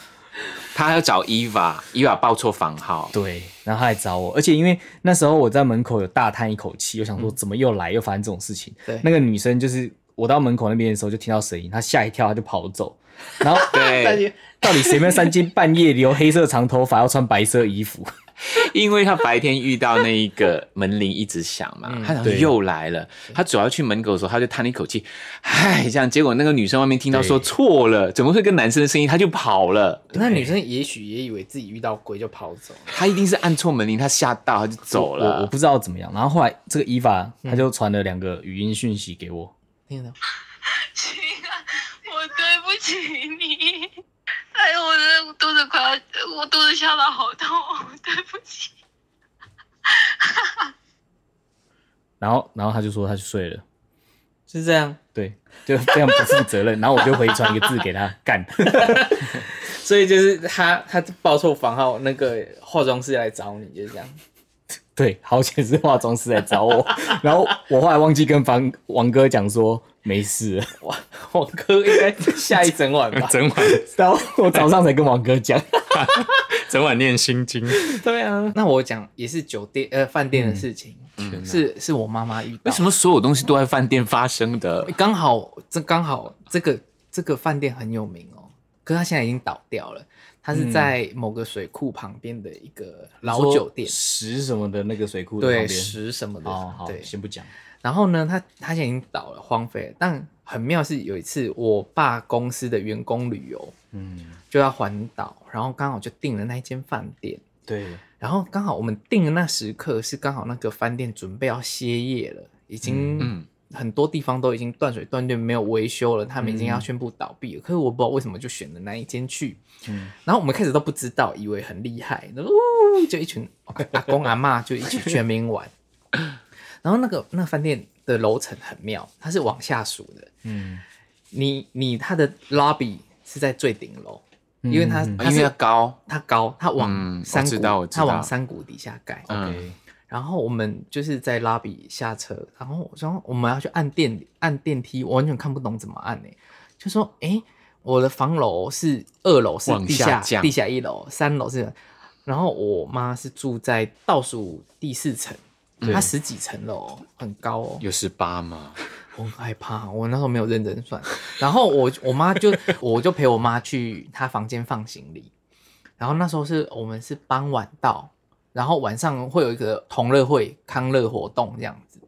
B: 他要找伊娃，伊娃报错房号，
D: 对，然后他来找我，而且因为那时候我在门口有大叹一口气，我想说怎么又来又发生这种事情，
A: 对
D: 那个女生就是我到门口那边的时候就听到声音，她吓一跳，她就跑走，然 [laughs] 后
A: 哎
B: 对，
D: 到底谁没有三更半夜留黑色长头发，要穿白色衣服？
B: 因为他白天遇到那一个门铃一直响嘛，
A: 嗯
B: 他想说
D: 对
B: 又来了。他主要去门口的时候，他就叹了一口气，唉，这样。结果那个女生外面听到说
D: 对
B: 错了，怎么会跟男生的声音，他就跑了。
A: 那女生也许也以为自己遇到鬼就跑走，
B: 他一定是按错门铃，他吓到，他就走
D: 我我
B: 了。
D: 不知道怎么样。然后后来这个伊法他就传了两个语音讯息给我，
A: 听得到？
F: 亲爱， [laughs] 我对不起你。哎呦，我的肚子快要，我肚子吓到好痛， [laughs] 对不起。
D: 然后然后他就说他去睡了，
A: 是这样，
D: 对，就非常不负责任。然后我就回传一个字给他干，
A: 所以就是他他报错房号，那个化妆师来找你，就是这样。
D: 对，好险是化妆师来找我。 [laughs] 然后我后来忘记跟房王哥讲说没事了，
A: 哇，我哥应该吓一整晚吧
E: 整晚 [laughs]
D: 然后我早上才跟王哥讲，
E: 整晚念心经，
A: 对啊， [laughs] 那我讲也是酒店呃饭店的事情，是是我妈妈遇到，
B: 为什么所有东西都在饭店发生的？
A: 刚好这刚好这个这个饭店很有名哦，可是它现在已经倒掉了。它是在某个水库旁边的一个 [laughs] 老酒店，
D: 石什么的那个水库的旁
A: 对
D: 边。
A: 石什么的，
D: 哦，好，
A: 对。
D: 先不讲。
A: 然后呢，它它现在已经倒了，荒废了。但很妙是有一次我爸公司的员工旅游
D: 嗯，
A: 就要环岛，然后刚好就订了那一间饭店，
D: 对，
A: 然后刚好我们订的那时刻是刚好那个饭店准备要歇业了，已经
B: 嗯
A: 很多地方都已经断水断电，没有维修了，他们已经要
B: 嗯
A: 宣布倒闭了。可是我不知道为什么就选了那一间去，
B: 嗯
A: 然后我们开始都不知道，以为很厉害，然后呜就
B: [laughs]
A: 一群阿公阿嬷就一起全民玩。 [laughs] 然后那个那饭店的楼层很妙，它是往下数的，
D: 嗯，
A: 你你它的 lobby 是在最顶楼，因为它它
B: 因为
A: 是
B: 要高，
A: 它高，它
B: 嗯
A: 往
B: 我
A: 山
B: 知
A: 谷，
B: 道我知
A: 它往
B: 道
A: 山谷底下盖。
E: 哎
B: 嗯，
A: 然后我们就是在拉比下车，然后我说我们要去按电按电梯，我完全看不懂怎么按呢、就说诶，我的房楼是二楼是
B: 往
A: 地
B: 下
A: 下
B: 降
A: 地下一楼，三楼是，然后我妈是住在倒数第四层，她十几层楼哦，很高哦，
B: 有十八嘛，
A: 我很害怕，我那时候没有认真算。然后我我妈就我就陪我妈去她房间放行李，然后那时候是我们是傍晚到，然后晚上会有一个同乐会康乐活动这样子，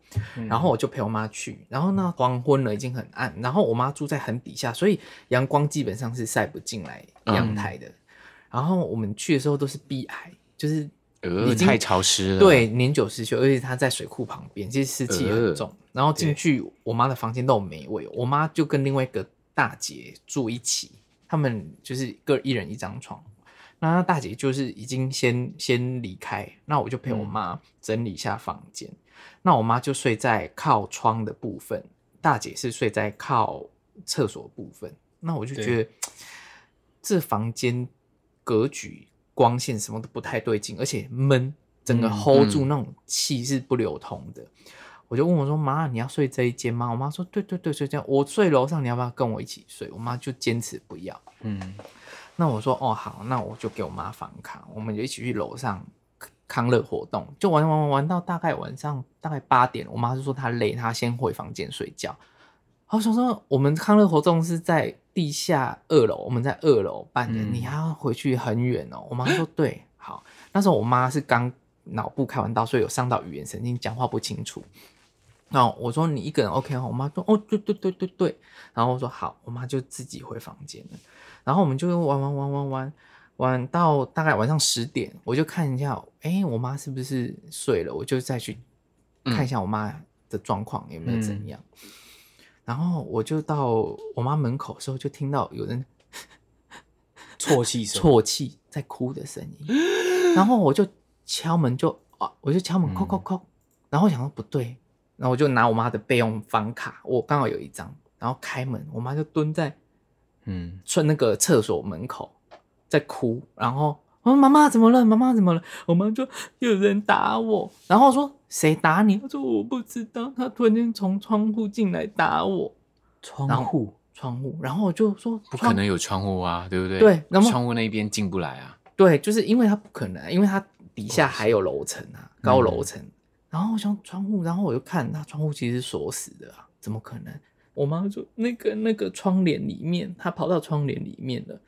A: 然后我就陪我妈去，然后呢黄昏了已经很暗，然后我妈住在很底下，所以阳光基本上是晒不进来阳台的。然后我们去的时候都是避矮，就是
B: 呃，
A: 已经
B: 太潮湿了。，
A: 对，年久失修，而且它在水库旁边，其实湿气也
B: 呃
A: 很重。然后进
B: 对
A: 去我妈的房间都有霉味，我妈就跟另外一个大姐住一起，他们就是各一人一张床。那大姐就是已经先先离开，那我就陪
B: 嗯
A: 我妈整理一下房间。那我妈就睡在靠窗的部分，大姐是睡在靠厕所的部分。那我就觉得这房间格局、光线什么都不太对劲，而且闷，整个 hold 住那种气是不流通的。我就问我说：“妈，你要睡这一间吗？”我妈说：“对对对，睡这样。我睡楼上，你要不要跟我一起睡？”我妈就坚持不要。
D: 嗯，
A: 那我说哦好，那我就给我妈房卡，我们就一起去楼上康乐活动，就玩玩玩玩到大概晚上大概八点，我妈就说她累，她先回房间睡觉。然后我想说我们康乐活动是在地下二楼，我们在二楼办的，
D: 嗯
A: 你还要回去很远哦。我妈说对，好，那时候我妈是刚脑部开完刀，所以有伤到语言神经，讲话不清楚。那我说你一个人 OK 哦，我妈说哦对对对对对，然后我说好，我妈就自己回房间了。然后我们就玩玩玩玩玩玩到大概晚上十点，我就看一下，哎，我妈是不是睡了？我就再去
D: 嗯
A: 看一下我妈的状况有没有怎样。然后我就到我妈门口的时候，就听到有人
D: [laughs] 啜泣声，
A: 啜泣在哭的声音，然后我就敲门就啊，我就敲
D: 嗯
A: 门，叩叩叩，然后我想说不对，然后我就拿我妈的备用房卡，我刚好有一张，然后开门，我妈就蹲在
D: 嗯，
A: 村那个厕所门口在哭，然后我说妈妈怎么了？妈妈怎么了？我妈就有人打我，然后我说谁打你？她说我不知道，她突然间从窗户进来打我，
D: 窗户，
A: 窗户，然后我就说
B: 不
A: 窗
B: 可能有窗户啊，对不对？
A: 对那么
B: 窗户那边进不来啊。
A: 对，就是因为它不可能啊，因为它底下
B: 哦
A: 还有楼层啊，高
B: 嗯
A: 楼层。然后我想窗户，然后我就看它窗户其实是锁死的啊，怎么可能？我妈说那个那个窗帘里面，它跑到窗帘里面了。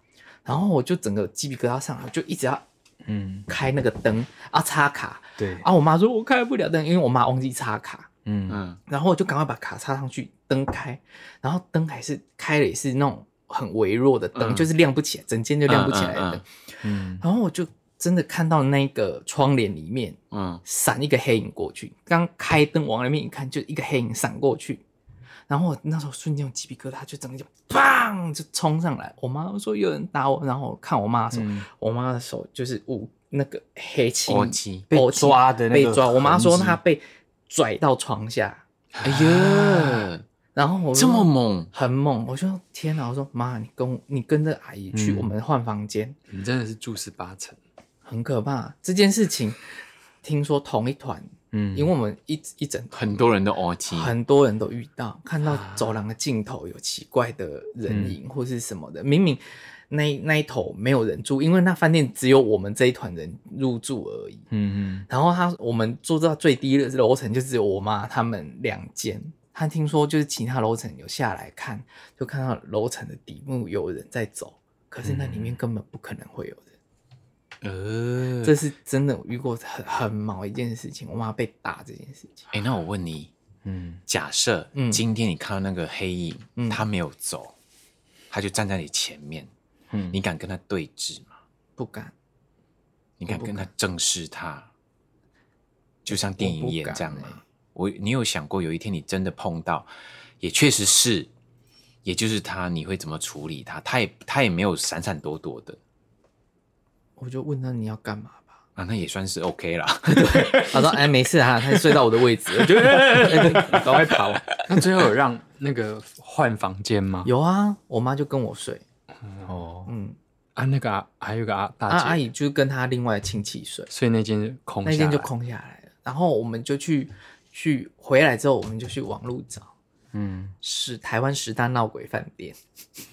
A: 然后我就整个鸡皮疙瘩上来，我就一直要
D: 嗯，
A: 开那个灯啊插卡
D: 对，
A: 啊。我妈说我开不了灯，因为我妈忘记插卡。
D: 嗯，
B: 嗯，
A: 然后我就赶快把卡插上去，灯开，然后灯还是开了，也是那种很微弱的灯，
B: 嗯
A: 就是亮不起来，整间就亮不起来的灯。
B: 嗯嗯
D: 嗯，
A: 然后我就真的看到那个窗帘里面
B: 嗯，
A: 闪一个黑影过去，刚开灯往那边一看，就一个黑影闪过去。然后我那时候瞬间有鸡皮疙瘩，就整个就砰就冲上来。我妈说有人打我，然后我看我妈的手，我妈的手就是捂那个黑青
B: 国际
A: 被
D: 抓的那个
A: 被抓。我妈说
D: 痕迹
A: 她被拽到床下，
B: 哎呀，
A: 然后我就
B: 这么猛，
A: 很猛，我就天哪！我说妈，你跟我你跟着阿姨去，我们换房间。
E: 你真的是住十八层，
A: 很可怕。这件事情听说同一团，
D: 嗯
A: 因为我们一一整
B: 很多人都 O T，
A: 很多人都
D: 啊嗯
A: 遇到，看到走廊的尽头有奇怪的人影或是什么的，明明。那那一头没有人住，因为那饭店只有我们这一团人入住而已。
D: 嗯
A: 然后他我们住到最低的楼层就只有我妈他们两间。他听说就是其他楼层有下来看，就看到楼层的底幕有人在走，可是那里
D: 嗯
A: 面根本不可能会有人。
B: 呃，
A: 这是真的我遇过很很毛一件事情，我妈被打这件事情。
B: 哎，那我问你，
D: 嗯
B: 假设
A: 嗯
B: 今天你看到那个黑影，
A: 嗯
B: 他没有走，他就站在你前面，
D: 嗯
B: 你敢跟他对峙吗？
A: 不敢，
B: 你敢
A: 我不
B: 跟他
A: 敢
B: 正视他？就像电影演这样
A: 我不
B: 吗
A: 敢欸？
B: 我，你有想过有一天你真的碰到，也确实是，也就是他，你会怎么处理他？他也他也没有闪闪躲躲的
A: 我就问他你要干嘛吧。
B: 啊，那也算是 OK 啦。
A: 他说哎没事啊，他睡到我的位置， [laughs] 我就哎赶快跑。
E: 那最后有让那个换房间吗？
A: 有啊，我妈就跟我睡，
D: 哼，哦，
A: 嗯，
E: 啊，那个啊还有个阿
A: 啊
E: 大姐，
A: 阿姨就跟她另外亲戚睡，
E: 所以那间就空下
A: 那
E: 来，
A: 间就空下来了。然后我们就去去回来之后，我们就去网路找
D: 嗯，
A: 是台湾十大闹鬼饭店， [laughs]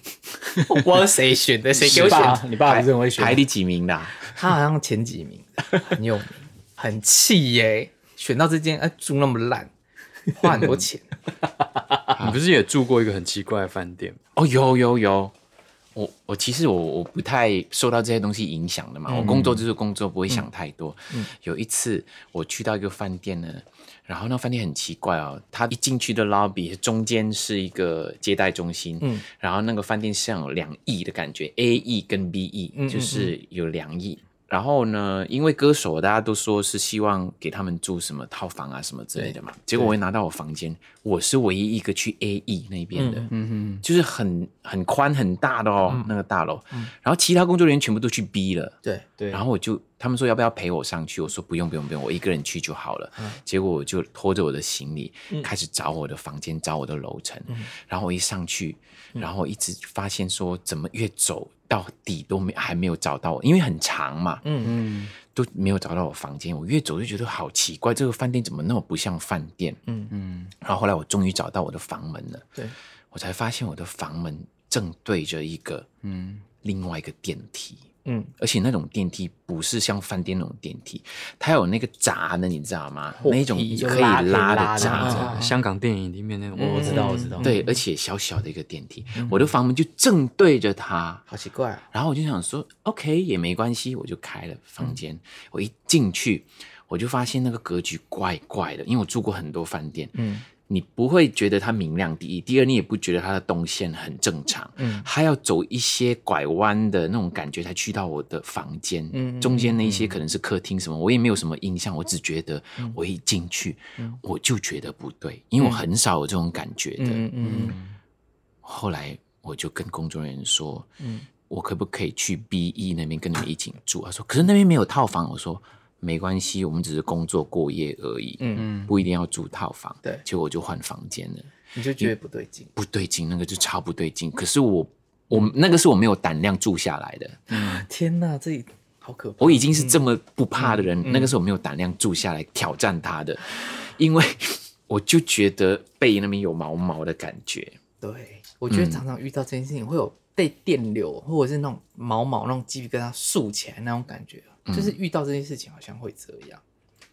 A: 我不知道谁选的，谁给我
D: 你
A: 选的
D: 爸，你爸不是很会选
B: 排第几名啦？
A: 他好像前几名，很有名，很气耶、选到这间，哎、住那么烂，花很多钱。
E: 啊你不是也住过一个很奇怪的饭店吗？
B: 哦，有有有，我我其实我我不太受到这些东西影响的嘛。我
A: 嗯
B: 工作就是工作，不会想太多。嗯有一次我去到一个饭店呢，然后那饭店很奇怪哦，它一进去的 lobby 中间是一个接待中心，
A: 嗯
B: 然后那个饭店像有两翼的感觉，A E 跟 B E，、
A: 嗯嗯
B: 就是有两 E 翼。然后呢，因为歌手大家都说是希望给他们住什么套房啊什么之类的嘛，结果我一拿到我房间，我是唯一一个去 A E 那边的，
A: 嗯
D: 嗯
B: 就是很很宽很大的哦，那个大楼。然后其他工作人员全部都去 B 了，
A: 嗯对，
D: 对
B: 然后我就他们说要不要陪我上去，我说不用不用不用，我一个人去就好了。
A: 嗯
B: 结果我就拖着我的行李、开始找我的房间，找我的楼层。
A: 嗯
B: 然后我一上去，然后我一直发现说怎么越走到底都没还没有找到我，因为很长嘛，
A: 嗯
D: 嗯
B: 都没有找到我房间。我越走就觉得好奇怪，这个饭店怎么那么不像饭店？
A: 嗯嗯，
D: 嗯
B: 然后后来我终于找到我的房门了。
A: 对，
B: 我才发现我的房门正对着一个
D: 嗯
B: 另外一个电梯，
A: 嗯，
B: 而且那种电梯不是像饭店那种电梯，它有那个闸的，你知道吗？那一种
A: 你
D: 就
B: 可以
D: 拉可以
B: 拉
D: 拉
B: 的
D: 的
B: 闸
D: 那，
E: 啊，香港电影里面那种，
A: 嗯
D: 我知道我知道，嗯
A: 嗯
B: 对，而且小小的一个电梯，我的房门就正对着它。
A: 好奇怪啊。
B: 然后我就想说，OK 也没关系，我就开了房
A: 嗯
B: 间。我一进去，我就发现那个格局怪怪的，因为我住过很多饭店，
A: 嗯，
B: 你不会觉得它明亮第一，第二你也不觉得它的动线很正常，
A: 嗯
B: 它要走一些拐弯的那种感觉才去到我的房间，
A: 嗯嗯嗯
B: 中间那一些可能是客厅什么，我也没有什么印象，我只觉得我一进去，我就觉得不对，因为我很少有这种感觉的，
A: 嗯嗯嗯
B: 后来我就跟工作人员说，
A: 嗯
B: 我可不可以去 B E 那边跟你们一起住？他说，可是那边没有套房。我说没关系，我们只是工作过夜而已，
A: 嗯，
D: 嗯
B: 不一定要住套房。
A: 对
B: 结果我就换房间了，
A: 你就觉得不对劲。
B: 不对劲，那个就超不对劲。可是我我那个是我没有胆量住下来的，
A: 嗯天哪，这里好可怕。
B: 我已经是这么不怕的人，
A: 嗯
B: 那个时候我没有胆量住下来挑战他的，因为我就觉得背那边有毛毛的感觉。
A: 对，我觉得常常遇到这件事情，会有被电流或者是那种毛毛那种鸡皮疙瘩竖起来那种感觉，啊就是遇到这件事情好像会这样。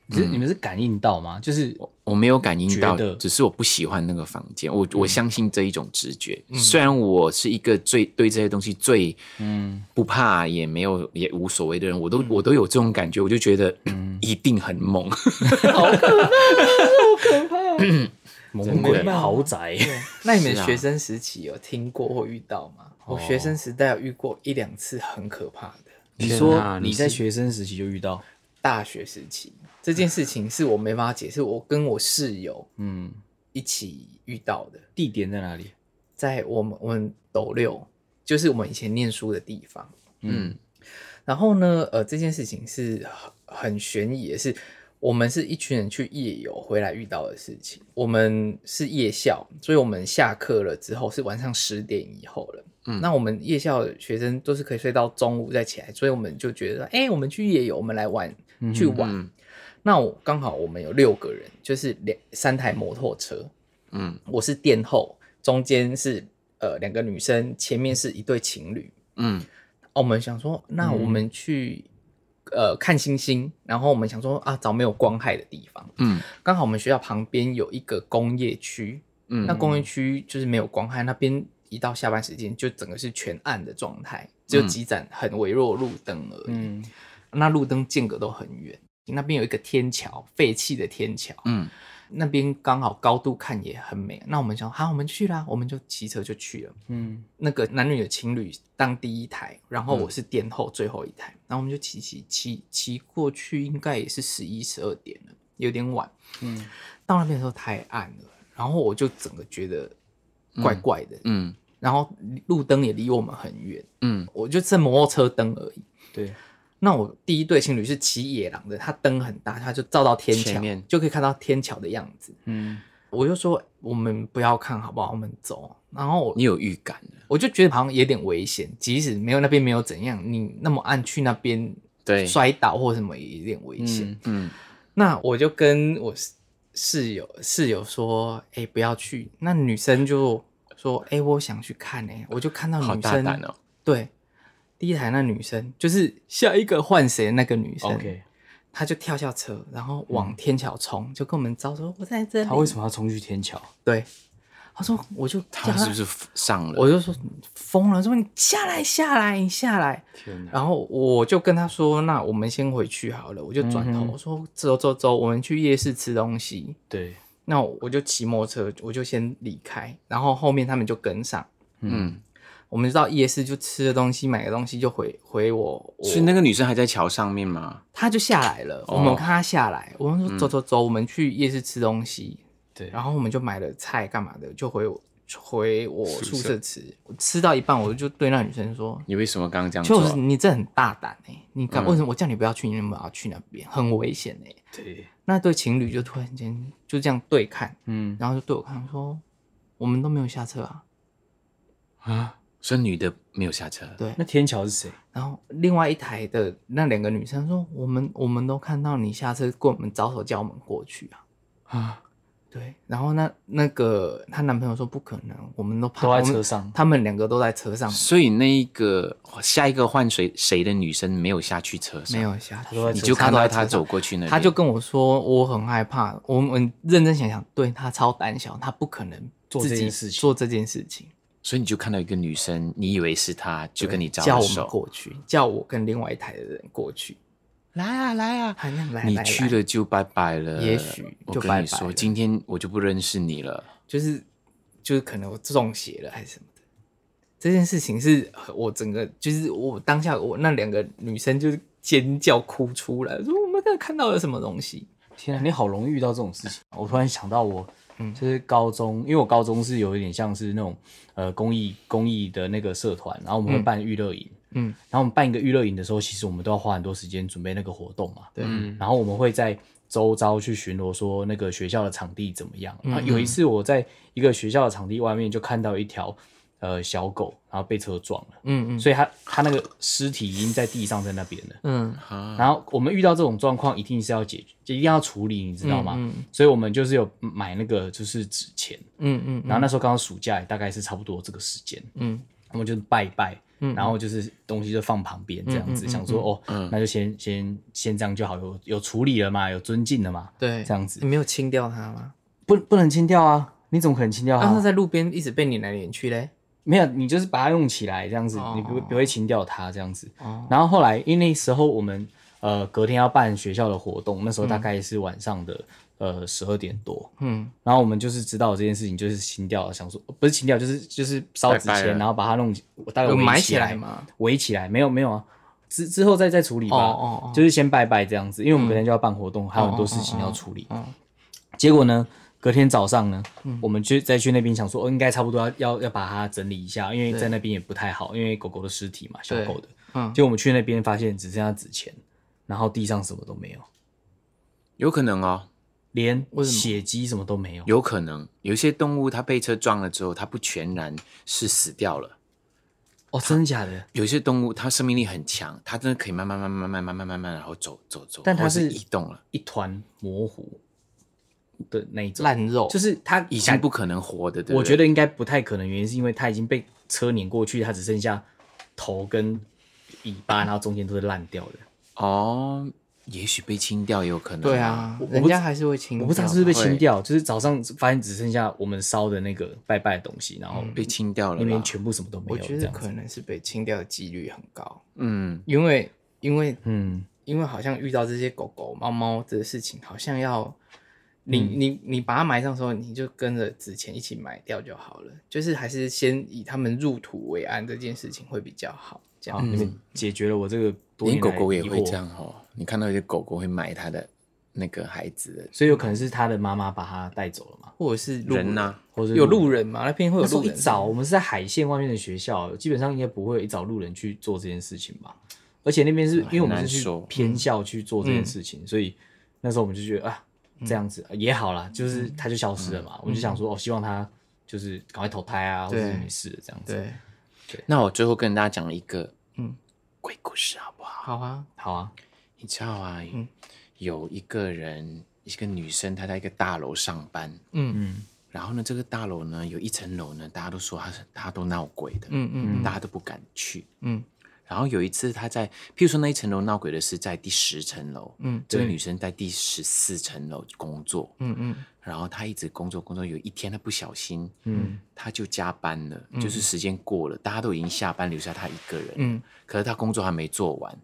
D: 你是你们是感应到吗？就是
B: 我没有感应到
D: 觉得，
B: 只是我不喜欢那个房间。我我相信这一种直觉，虽然我是一个最对这些东西最
D: 嗯
B: 不怕也没有也无所谓的人，我都、我都有这种感觉，我就觉得、 [clears throat] 一定很猛。
D: 猛鬼
A: 鬼
D: 豪宅，
A: [laughs] 那你们
B: 是啊
A: 学生时期有听过或遇到吗？我学生时代有遇过一两次很可怕的，
D: [laughs] 你
E: 天
D: 说
E: 啊
D: 你
E: 你
D: 在
E: 是
D: 学生时期就遇到，
A: 大学时期这件事情是我没办法解释，我跟我室友
D: 嗯，
A: 一起遇到的，
D: 地点在哪里？
A: 在我们我们斗六，就是我们以前念书的地方。
B: 嗯，
A: 然后呢，呃，这件事情是很很悬疑，也是我们是一群人去夜游回来遇到的事情。我们是夜校，所以我们下课了之后是晚上十点以后了。
B: 嗯
A: 那我们夜校的学生都是可以睡到中午再起来，所以我们就觉得，哎、我们去夜游，我们来玩，去玩。
B: 嗯
A: 那我刚好我们有六个人，就是两三台摩托车，
B: 嗯
A: 我是殿后，中间是呃两个女生，前面是一对情侣。
B: 嗯
A: 我们想说，那我们去、呃看星星，然后我们想说啊，找没有光害的地方。
B: 嗯
A: 刚好我们学校旁边有一个工业区，
B: [laughs] 嗯
A: 那工业区就是没有光害，那边一到下班时间就整个是全暗的状态，只有
B: 嗯
A: 几盏很微弱的路灯而已。
D: 嗯
A: 那路灯间隔都很远，那边有一个天桥，废弃的天桥，
B: 嗯
A: 那边刚好高度看也很美。啊那我们想，好、我们去啦，我们就骑车就去了。
D: 嗯
A: 那个男女的情侣当第一台，然后我是殿后最后一台，然后我们就骑骑骑骑过去，应该也是十一十二点了，有点晚。
D: 嗯，
A: 到那边的时候太暗了，然后我就整个觉得怪怪的，
B: 嗯
A: 然后路灯也离我们很远，
B: 嗯
A: 我就剩摩托车灯而已。
D: 对，
A: 那我第一对情侣是骑野狼的，它灯很大，它就照到天桥
B: 前面，
A: 就可以看到天桥的样子。
D: 嗯
A: 我就说我们不要看好不好？我们走。然后我
B: 你有预感的，
A: 我就觉得好像有点危险，即使没有那边没有怎样，你那么暗去那边
B: 对
A: 摔倒或什么也有点危险。
D: 嗯
B: 嗯
A: 那我就跟我室室友室友说：“哎、不要去。”那女生就说：“哎、我想去看哎、我就看到
B: 好
A: 女
B: 大
A: 生，
B: 胆哦，
A: 对，第一台那女生就是下一个换谁的那个女生
D: ，OK，
A: 她就跳下车，然
B: 嗯
A: 后往天桥冲，就跟我们招手：“我在这里。”
D: 他为什么要冲去天桥？
A: 对，她说：“我就
B: 他是不是上了？
A: 我就说疯了，说你下来下来，你下来。
E: 天哪！
A: 然后我就跟他说，那我们先回去好了。我就转头、
D: 嗯哼
A: 我说走走走，我们去夜市吃东西。
D: 对，
A: 那我就骑摩托车，我就先离开，然后后面他们就跟上。
B: 嗯，
A: 我们就到夜市就吃了东西，买个东西就回回我。我
B: 所以那个女生还在桥上面吗？
A: 他就下来了，
B: 哦
A: 我们看他下来，我们说走走走，我们去夜市吃东西。
D: 对
A: 然后我们就买了菜干嘛的，就回我回我宿舍吃。我吃到一半，我就对那女生说：“
B: 你为什么刚刚这样做
A: 就
B: 啊？
A: 是你这很大胆哎、你敢、为什么我叫你不要去，你为什么要去那边？很危险哎、
D: 对，
A: 那对情侣就突然间就这样对看，
D: 嗯，
A: 然后就对我看说，我们都没有下车啊。
B: 啊所以女的没有下车，
A: 对
D: 那，天桥是谁？
A: 然后另外一台的那两个女生说，我们我们都看到你下车跟我们招手叫我们过去啊。
E: 啊，
A: 对，然后那那个她男朋友说不可能，我们都怕
D: 都在
A: 我们
D: 车上
A: 他们两个都在车上，
B: 所以那一个下一个换谁谁的女生没有下去车上，
A: 没，有下去
D: 都在，
B: 你
D: 车
B: 就
A: 她
B: 看
A: 都
B: 到
A: 在
B: 她
A: 车上
B: 走过去那里，
A: 他就跟我说我很害怕，我们认真想想，对他超胆小，他不可能
D: 做
A: 自
D: 这
A: 己
D: 件事情
A: 做这件事情，
B: 所以你就看到一个女生，你以为是她，就跟你招
A: 叫我们
B: 手，
A: 过去，叫我跟另外一台的人过去，
B: 来啊来啊，
A: 好像来
B: 你
A: 来
B: 去
A: 来
B: 了就拜拜了，
A: 也许
B: 我
A: 就
B: 跟
A: 拜
B: 你
A: 拜
B: 说，
A: 了
B: 今天我就不认识你了，
A: 就是就是可能我中邪了还是什么的。这件事情是我整个就是我当下我那两个女生就是尖叫哭出来，说我们刚才看到了什么东西。
D: 天啊，你好容易遇到这种事情。我突然想到我，
A: 嗯
D: 就是高中，因为我高中是有一点像是那种呃公益公益的那个社团，然后我们会
A: 嗯
D: 办娱乐营，
A: 嗯
D: 然后我们办一个娱乐营的时候，其实我们都要花很多时间准备那个活动嘛，
A: 对
E: 嗯，
D: 然后我们会在周遭去巡逻，说那个学校的场地怎么样。
A: 嗯
D: 然后有一次我在一个学校的场地外面就看到一条呃小狗，然后被车撞了，
A: 嗯嗯
D: 所以它它那个尸体已经在地上在那边了。
A: 嗯，
B: 啊，
D: 然后我们遇到这种状况，一定是要解决，就一定要处理，你知道吗？
A: 嗯嗯
D: 所以我们就是有买那个就是纸钱，
A: 嗯嗯，
D: 然后那时候刚好暑假，大概是差不多这个时间，
A: 嗯
D: 我们就拜一拜，
A: 嗯
D: 然后就是东西就放旁边这样子，
A: 嗯嗯嗯
D: 想说哦，那就先先先这样就好，有有处理了嘛，有尊敬了嘛，
A: 对
D: 这样子
A: 你没有清掉它吗？
D: 不不能清掉啊，你怎么可能清掉它？
A: 然后在路边一直被你来撵去嘞。
D: 没有，你就是把它用起来这样子，
A: 哦
D: 你不不会清掉它这样子。
A: 哦
D: 然后后来因为那时候我们呃隔天要办学校的活动，那时候大概是晚上的、呃十二点多，
A: 嗯
D: 然后我们就是知道这件事情，就是清掉了，想说不是清掉，就是就是烧纸
B: 拜拜
D: 钱，
B: 了
D: 然后把它弄，我大概
A: 有
D: 围
A: 埋
D: 起
A: 起来
D: 来
A: 吗？
D: 围起来，没有没有啊，之之后再再处理吧，
A: 哦哦哦嗯
D: 就是先拜拜这样子，因为我们隔天就要办活动，还有很多事情要处
A: 哦
D: 理。结果呢，隔天早上呢，我们去再去那边想说，哦，应该差不多要要要把它整理一下，因为
A: 对
D: 在那边也不太好，因为狗狗的尸体嘛，小
A: 对
D: 狗的。
A: 嗯
D: 结果我们去那边发现只剩下纸钱，然后地上什么都没有，
B: 有可能哦，
D: 连
A: 为什么
D: 血迹什么都没有。
B: 有可能有一些动物它被车撞了之后，它不全然是死掉了。
D: 哦，真的假的？
B: 有一些动物，它生命力很强，它真的可以慢慢、慢慢、慢慢、慢慢、慢慢，然后走走走，
D: 但它
B: 或者
D: 是
B: 移动了，
D: 一团模糊的那一种，
A: 烂肉，
D: 就是是它
B: 已
D: 感
B: 经不可能活的。对不对
D: 我觉得应该不太可能，原因是因为他已经被车碾过去，他只剩下头跟尾巴，然后中间都是烂掉的。
B: 哦，也许被清掉也有可能。
A: 对，啊，
D: 我
A: 人
D: 不
A: 家
D: 知
A: 还是会清掉。
D: 我不知道是不是被
B: 会
D: 清掉，就是早上发现只剩下我们烧的那个拜拜的东西，然后
B: 被清掉嗯了
D: 里面
B: 啦。
D: 全部什么都没
A: 我
D: 有。
A: 觉
D: 这
A: 得
D: 样子
A: 可能是被清掉的几率很高，
B: 嗯，
A: 因为因为
D: 嗯，
A: 因为好像遇到这些狗狗、猫猫的事情，好像要你、
D: 嗯
A: 你你把它埋葬的时候，你就跟着纸钱一起埋掉就好了。就是还是先以它们入土为安这件事情会比较好。这
D: 好，
A: 样，
D: 哦你们解决了我这个多
B: 连
D: 年
B: 狗
D: 来
B: 狗也
D: 疑
B: 会
D: 惑
B: 这，样哦。你看到一只狗狗会买它的那个孩子的，
D: 所以有可能是他的妈妈把他带走了嘛，
A: 或者是路
B: 人呐
D: 或者是
A: 啊有路人嘛？那边会有
D: 那时候
A: 路
D: 一
A: 人。
D: 早，我们是在海线外面的学校，基本上应该不会一早路人去做这件事情吧。而且那边是因为我们
B: 很难
D: 是去
B: 说
D: 偏校去做这件事情，所以那时候我们就觉得啊，这样子、也好啦，就是它就消失了嘛。我们就想说，哦，希望它就是赶快投胎啊，或者是
A: 对
D: 没事这样子。
A: 对，
B: 那我最后跟大家讲一个
A: 嗯
B: 鬼故事好不好？
A: 好啊，
D: 好啊，
B: 你知道啊，
A: 嗯
B: 有一个人，一个女生，她在一个大楼上班，
A: 嗯
D: 嗯
B: 然后呢，这个大楼呢有一层楼呢，大家都说她是她都闹鬼的，
A: 嗯嗯
B: 大家都不敢去。
A: 嗯
B: 然后有一次，她在，譬如说那一层楼闹鬼的是在第十层楼，
A: 嗯
B: 这个
D: 对
B: 女生在第十四层楼工作，
A: 嗯嗯
B: 然后她一直工作工作，有一天她不小心，
D: 嗯
B: 她就加班了，就是时间过了，大家都已经下班，留下她一个人，
A: 嗯
B: 可是她工作还没做完，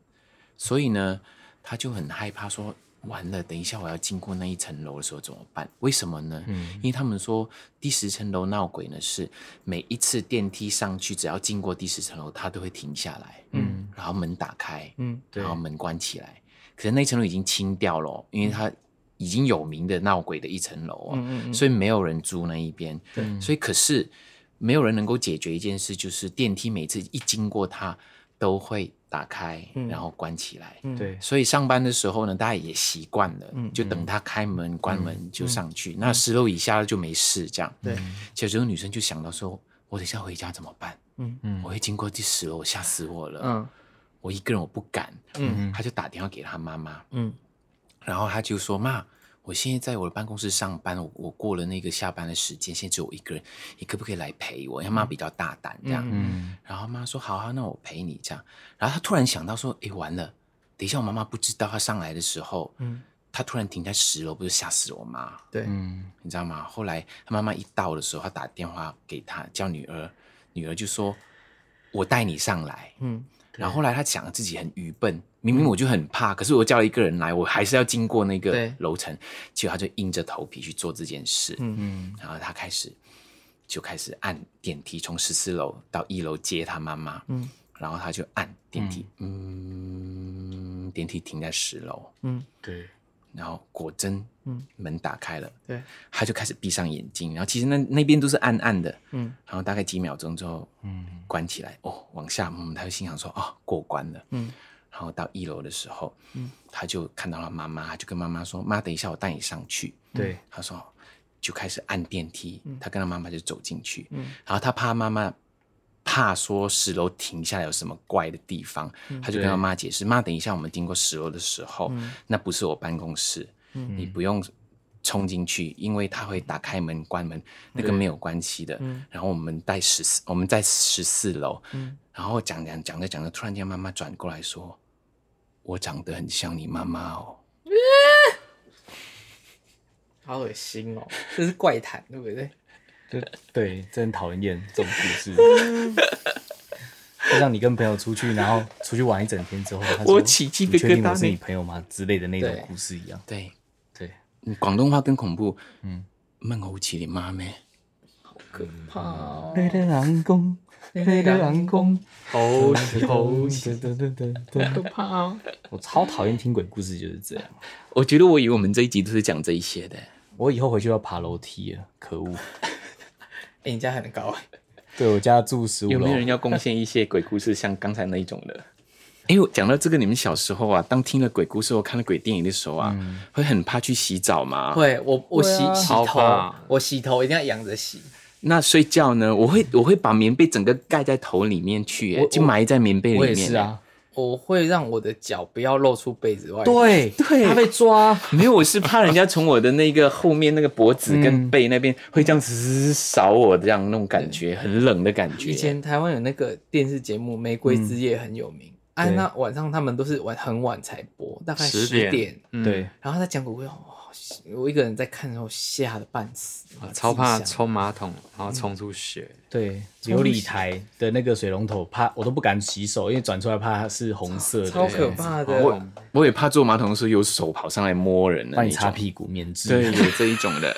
B: 所以呢，她就很害怕说。完了，等一下我要经过那一层楼的时候怎么办？为什么呢？
A: 嗯
D: 嗯
B: 因为他们说第十层楼闹鬼呢，是每一次电梯上去，只要经过第十层楼，它都会停下来，
A: 嗯
B: 然后门打开，
A: 嗯
D: 对
B: 然后门关起来。可是那一层楼已经清掉了哦，因为它已经有名的闹鬼的一层楼哦，
A: 嗯嗯，
B: 所以没有人住那一边。所以可是没有人能够解决一件事，就是电梯每次一经过它都会打开，
A: 嗯
B: 然后关起来。
A: 以
D: 嗯对，
B: 所以上班的时候呢，大家也习惯了，
A: 嗯
B: 就等他开门、关门就上去。那十楼以下就没事，这样。
A: 对，
B: 其实这个女生就想到说，我等一下回家怎么办？
A: 嗯
B: 嗯，我会经过第十楼，吓死我了。
A: 嗯
B: 我一个人我不敢。
A: 嗯
B: 嗯，她就打电话给她妈妈，
A: 嗯
B: 然后她就说：“妈，我现在在我的办公室上班，我我过了那个下班的时间，现在只有我一个人，你可不可以来陪我？”因为妈比较大胆，这样。
D: 嗯
B: 然后妈说：“好啊，那我陪你这样。”然后她突然想到说：“诶，完了，等一下我妈妈不知道她上来的时候，
A: 嗯
B: 她突然停在十楼，不是吓死我妈，
A: 对，
D: 嗯，
B: 你知道吗？”后来她妈妈一到的时候，她打电话给她，叫女儿，女儿就说：“我带你上来。”
A: 嗯
B: 然后后来他想自己很愚笨，明明我就很怕，可是我叫了一个人来，我还是要经过那个
A: 对
B: 楼层，结果他就硬着头皮去做这件事。
A: 嗯
B: 然后他开始就开始按电梯，从十四楼到一楼接他妈妈。
A: 嗯
B: 然后他就按电梯，嗯，电梯停在十楼，
A: 嗯
D: 对，
B: 然后果真，
A: 嗯
B: 门打开了，
A: 对，
B: 他就开始闭上眼睛，然后其实那那边都是暗暗的，
A: 嗯
B: 然后大概几秒钟之后，嗯，关起来，哦，往下，嗯，他就心想说，哦，过关了，
A: 嗯
B: 然后到一楼的时候，
A: 嗯，
B: 他就看到了妈妈，他就跟妈妈说：“妈，等一下，我带你上去。”
A: 嗯
D: 对，
B: 他说就开始按电梯，他跟他妈妈就走进去，
A: 嗯
B: 然后他怕妈妈怕说十楼停下来有什么怪的地方，
A: 嗯
B: 他就跟他妈解释：“妈，等一下，我们经过十楼的时候，那不是我办公室，
A: 嗯
B: 你不用。”冲进去，因为他会打开门、关门，那个没有关系的。
A: 嗯
B: 然后我们在十四，我们在十四楼，
A: 嗯
B: 然后讲讲讲着讲着，突然间妈妈转过来说：“我长得很像你妈妈哦。
A: 好恶心哦，这是怪谈，对不对？
D: 这对，真讨人厌这种故事。就像你跟朋友出去，然后出去玩一整天之后，他说
B: 我起鸡皮
D: 你确定
B: 疙瘩
D: 我是
B: 呢
D: 你朋友吗？之类的那种
A: 对
D: 故事一样”。
B: 对，
D: 对，
B: 嗯广东话更恐怖。嗯
D: 嗯，
B: 孟猴骑你妈咩？
A: 可怕 [laughs] 哦！
D: 黑的狼公，黑的狼公，
E: 偷
D: 哦，对对对对对，
A: 可怕 [laughs] 哦！
D: 我超讨厌听鬼故事，就是这样。
B: 我觉得我以为我们这一集都是讲这一些的。
D: 我以后回去要爬楼梯了，可恶！
A: 哎，你家很高 [laughs] 哎，
D: 对我家住十五
B: 有
D: 楼
B: 没有，人要贡献一些鬼故事，像刚才那一种的？ [laughs] 因为讲到这个，你们小时候啊，当听了鬼故事或看了鬼电影的时候啊，会很怕去洗澡嘛？
A: 会，我我洗洗
E: 好
A: 头
E: 吧，
A: 我洗头一定要仰着洗。
B: 那睡觉呢？我会我会把棉被整个盖在头里面去、耶
D: 我
B: 就埋在棉被里
D: 我
B: 面。
D: 也是，啊。
A: 我会让我的脚不要露出被子外。，
D: 对对，他被抓，
B: 没有，我是怕人家从我的那个后面那个脖子跟
D: 嗯
B: 背那边会这样子扫我，这样那种感觉，很冷的感觉。
A: 以前台湾有那个电视节目《玫瑰之夜》很有名，哎、
D: 对
A: 那晚上他们都是晚很晚才播，大概
E: 10
A: 十
E: 点
A: 点，
E: 嗯
D: 对，
A: 然后他讲鬼故事，哇我一个人在看的时候吓得半死，
E: 啊超怕
A: 自己吓
E: 冲马桶，然后冲出血，
D: 对，
A: 冲
D: 琉
A: 洗
D: 璃台的那个水龙头，怕我都不敢洗手，因为转出来怕它是红色的，
A: 超可怕的。
E: 我
B: 我也怕坐马桶的时候有手跑上来摸人的
D: 帮
B: 那
D: 你擦
B: 种。
D: 屁股免治。
B: 对，有这一种的。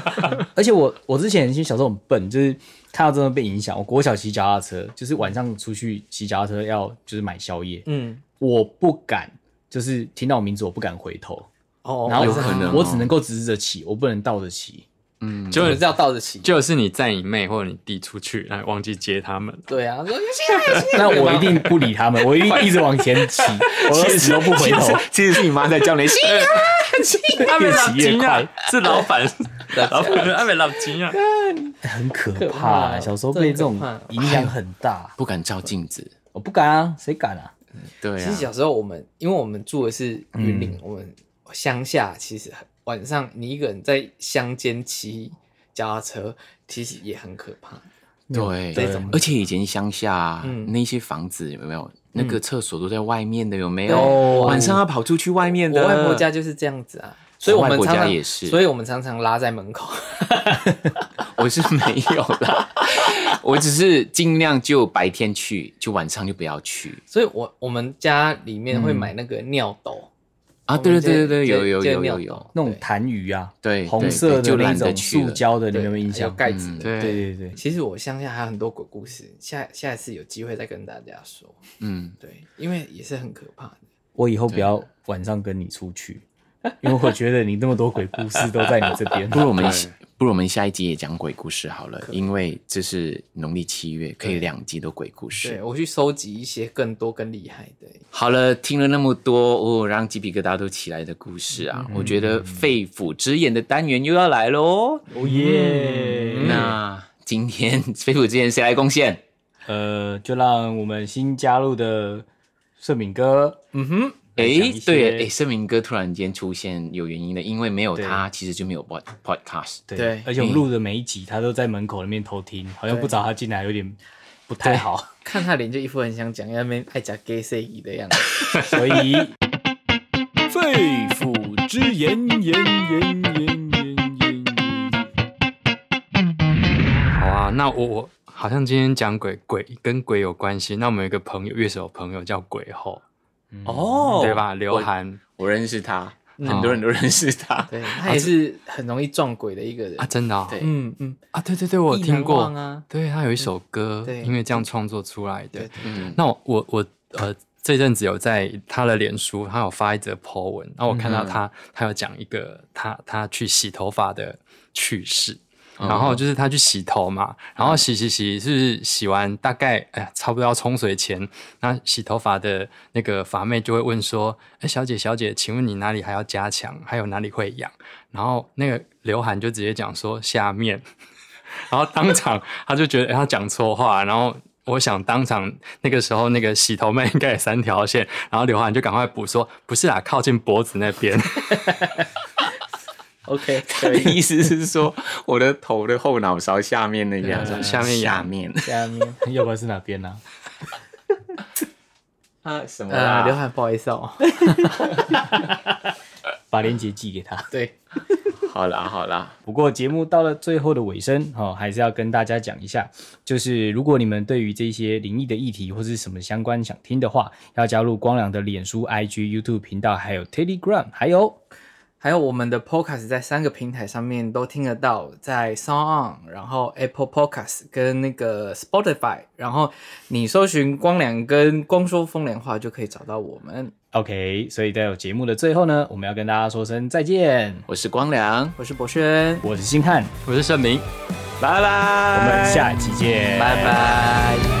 D: [laughs] 而且我我之前其实小时候很笨，就是看到真的被影响。我国小骑脚踏车，就是晚上出去骑脚踏车要就是买宵夜，
A: 嗯，
D: 我不敢，就是听到我名字我不敢回头，
A: 哦，
D: 然后
B: 有可能哦
D: 我只能够直着骑，我不能倒着骑。
B: 嗯，
A: 有人这样倒着骑，
E: 就是你载你妹或者你弟出去，然后忘记接他们，
A: 对啊，说现在
D: 但我一定不理他们，我一定一直往前骑，我死都不回头，
B: 其实是你妈在叫你起。
D: 越骑越
E: 啊
D: 快，
E: 是老板， [laughs] 老板阿美老金啊，
D: 哎很可
A: 可
D: 怕、啊
A: 怕啊
D: 小时候被这种
A: 真的很可怕啊
D: 影响很大，
B: 不敢照镜子。
D: 我不敢啊，谁敢啊？
B: 对
A: 其实
B: 啊，
A: 小时候我们，因为我们住的是云林，我们乡下，其实很晚上你一个人在乡间骑脚踏车，其实也很可怕。
B: 对，
A: 这种
B: 而且以前乡下啊
A: 嗯
B: 那些房子有没有那个厕所都在外面的？有没有？
A: 对
B: 晚上要跑出去外面
A: 我
B: 的。
A: 外婆家就是这样子啊，所以我
B: 外
A: 们
B: 婆
A: 常
B: 家
A: 常
B: 也是
A: 所以我们常常拉在门口。 [laughs]
B: 我是没有啦，我只是尽量就白天去，就晚上就不要去
A: 所以我我们家里面会买那个尿斗
B: 啊。
A: 我们
B: 对
A: 就
B: 对对对，有有
A: 就
B: 有
A: 就
B: 有
A: 尿
B: 有
A: 斗，
D: 那种痰盂啊，
B: 对对
D: 红色
B: 对就
D: 的那
B: 懒得
D: 种
B: 去了
D: 塑胶的，你
A: 对
D: 们有没有印象
A: 有？盖子
B: 嗯
A: 的。
E: 对
D: 对对对，
A: 其实我乡下还有很多鬼故事，下下一次有机会再跟大家说。
B: 嗯，
A: 对，因为也是很可怕的。
D: 我以后不要晚上跟你出去， [laughs] 因为我觉得你那么多鬼故事都在你这
B: [laughs]
D: 边。
B: 不如我们
E: 对
B: 下不如我们下一集也讲鬼故事好了，因为这是农历七月，可以两集都鬼故
A: 对
B: 事。
A: 我去收集一些更多更厉害的。
B: 好了，听了那么多哦，让鸡皮疙瘩都起来的故事啊，我觉得肺腑之言的单元又要来喽。
D: 哦耶！
B: 嗯那今天 [laughs] 肺腑之言谁来贡献？
D: 呃，就让我们新加入的盛敏哥，嗯哼，
B: 诶，
D: 一
B: 对
D: 些
B: 耶，诶，盛明哥突然间出现有原因的，因为没有他，其实就没有 pod podcast。
D: 对，
A: 对
D: 而且我们录的每一集他都在门口那边偷听，
B: 嗯
D: 好像不找他进来有点不太好，
A: 看他脸就一副很想讲，要没爱讲 gay say 的
B: [laughs]
A: 样子。
D: 所以
C: 肺腑之言，言言言言言言。
E: 好啊，那我我好像今天讲鬼鬼跟鬼有关系，那我们有一个朋友乐手朋友叫鬼后，
B: 哦
E: 对？吧？刘涵
B: 我认识他，很多人都认识 [laughs] 他。
A: 对他也是很容易撞鬼的一个人
E: 啊，。真的、哦，
B: 对
A: 嗯嗯，
E: 啊，对对对，我有听过
A: 意难忘啊
E: 对他有一首歌，
A: 对
E: 因为这样创作出来的。
A: 对
B: 嗯，
E: 那我我我呃，这阵子有在他的脸书，他有发一则 po 文，然后我看到他，他有讲一个他他去洗头发的趣事。然后就是他去洗头嘛，然后洗洗洗，是不是洗完大概哎呀，差不多要冲水前，那洗头发的那个发妹就会问说：“哎，小姐小姐，请问你哪里还要加强？还有哪里会痒？”然后那个刘涵就直接讲说：“下面。” [laughs] 然后当场他就觉得、哎他讲错话，然后我想当场那个时候那个洗头妹应该有三条线，然后刘涵就赶快补说不是啦，靠近脖子那边。 [laughs]
A: ，OK，
B: 他的意思是说，我的头的后脑勺下面那
E: 对
B: 个，
E: 啊下面
B: 嗯下
C: [laughs]
B: 面
D: 下
B: [laughs]
D: 面要不然是哪边呢、
B: 啊什么
A: 呃，刘
B: 啦？
A: 涵，不好意思
B: [laughs]
A: 哦。
D: 把链接寄给他。
A: 对，
B: 好啦好啦，
D: 不过节目到了最后的尾声，哈、哦，还是要跟大家讲一下，就是如果你们对于这些灵异的议题或是什么相关想听的话，要加入光良的脸书、IG、YouTube 频道，还有 Telegram，还有
A: 还有我们的 Podcast 在三个平台上面都听得到，在 Sound On，然后 Apple Podcast 跟那个 Spotify，然后你搜寻光良跟光说风凉话就可以找到我们。
D: OK。所以在节目的最后呢，我们要跟大家说声再见。
B: 我是光良，
A: 我是博轩，
D: 我是星汉，
E: 我是盛明，
B: 拜拜，
D: 我们下期见，
A: 拜拜。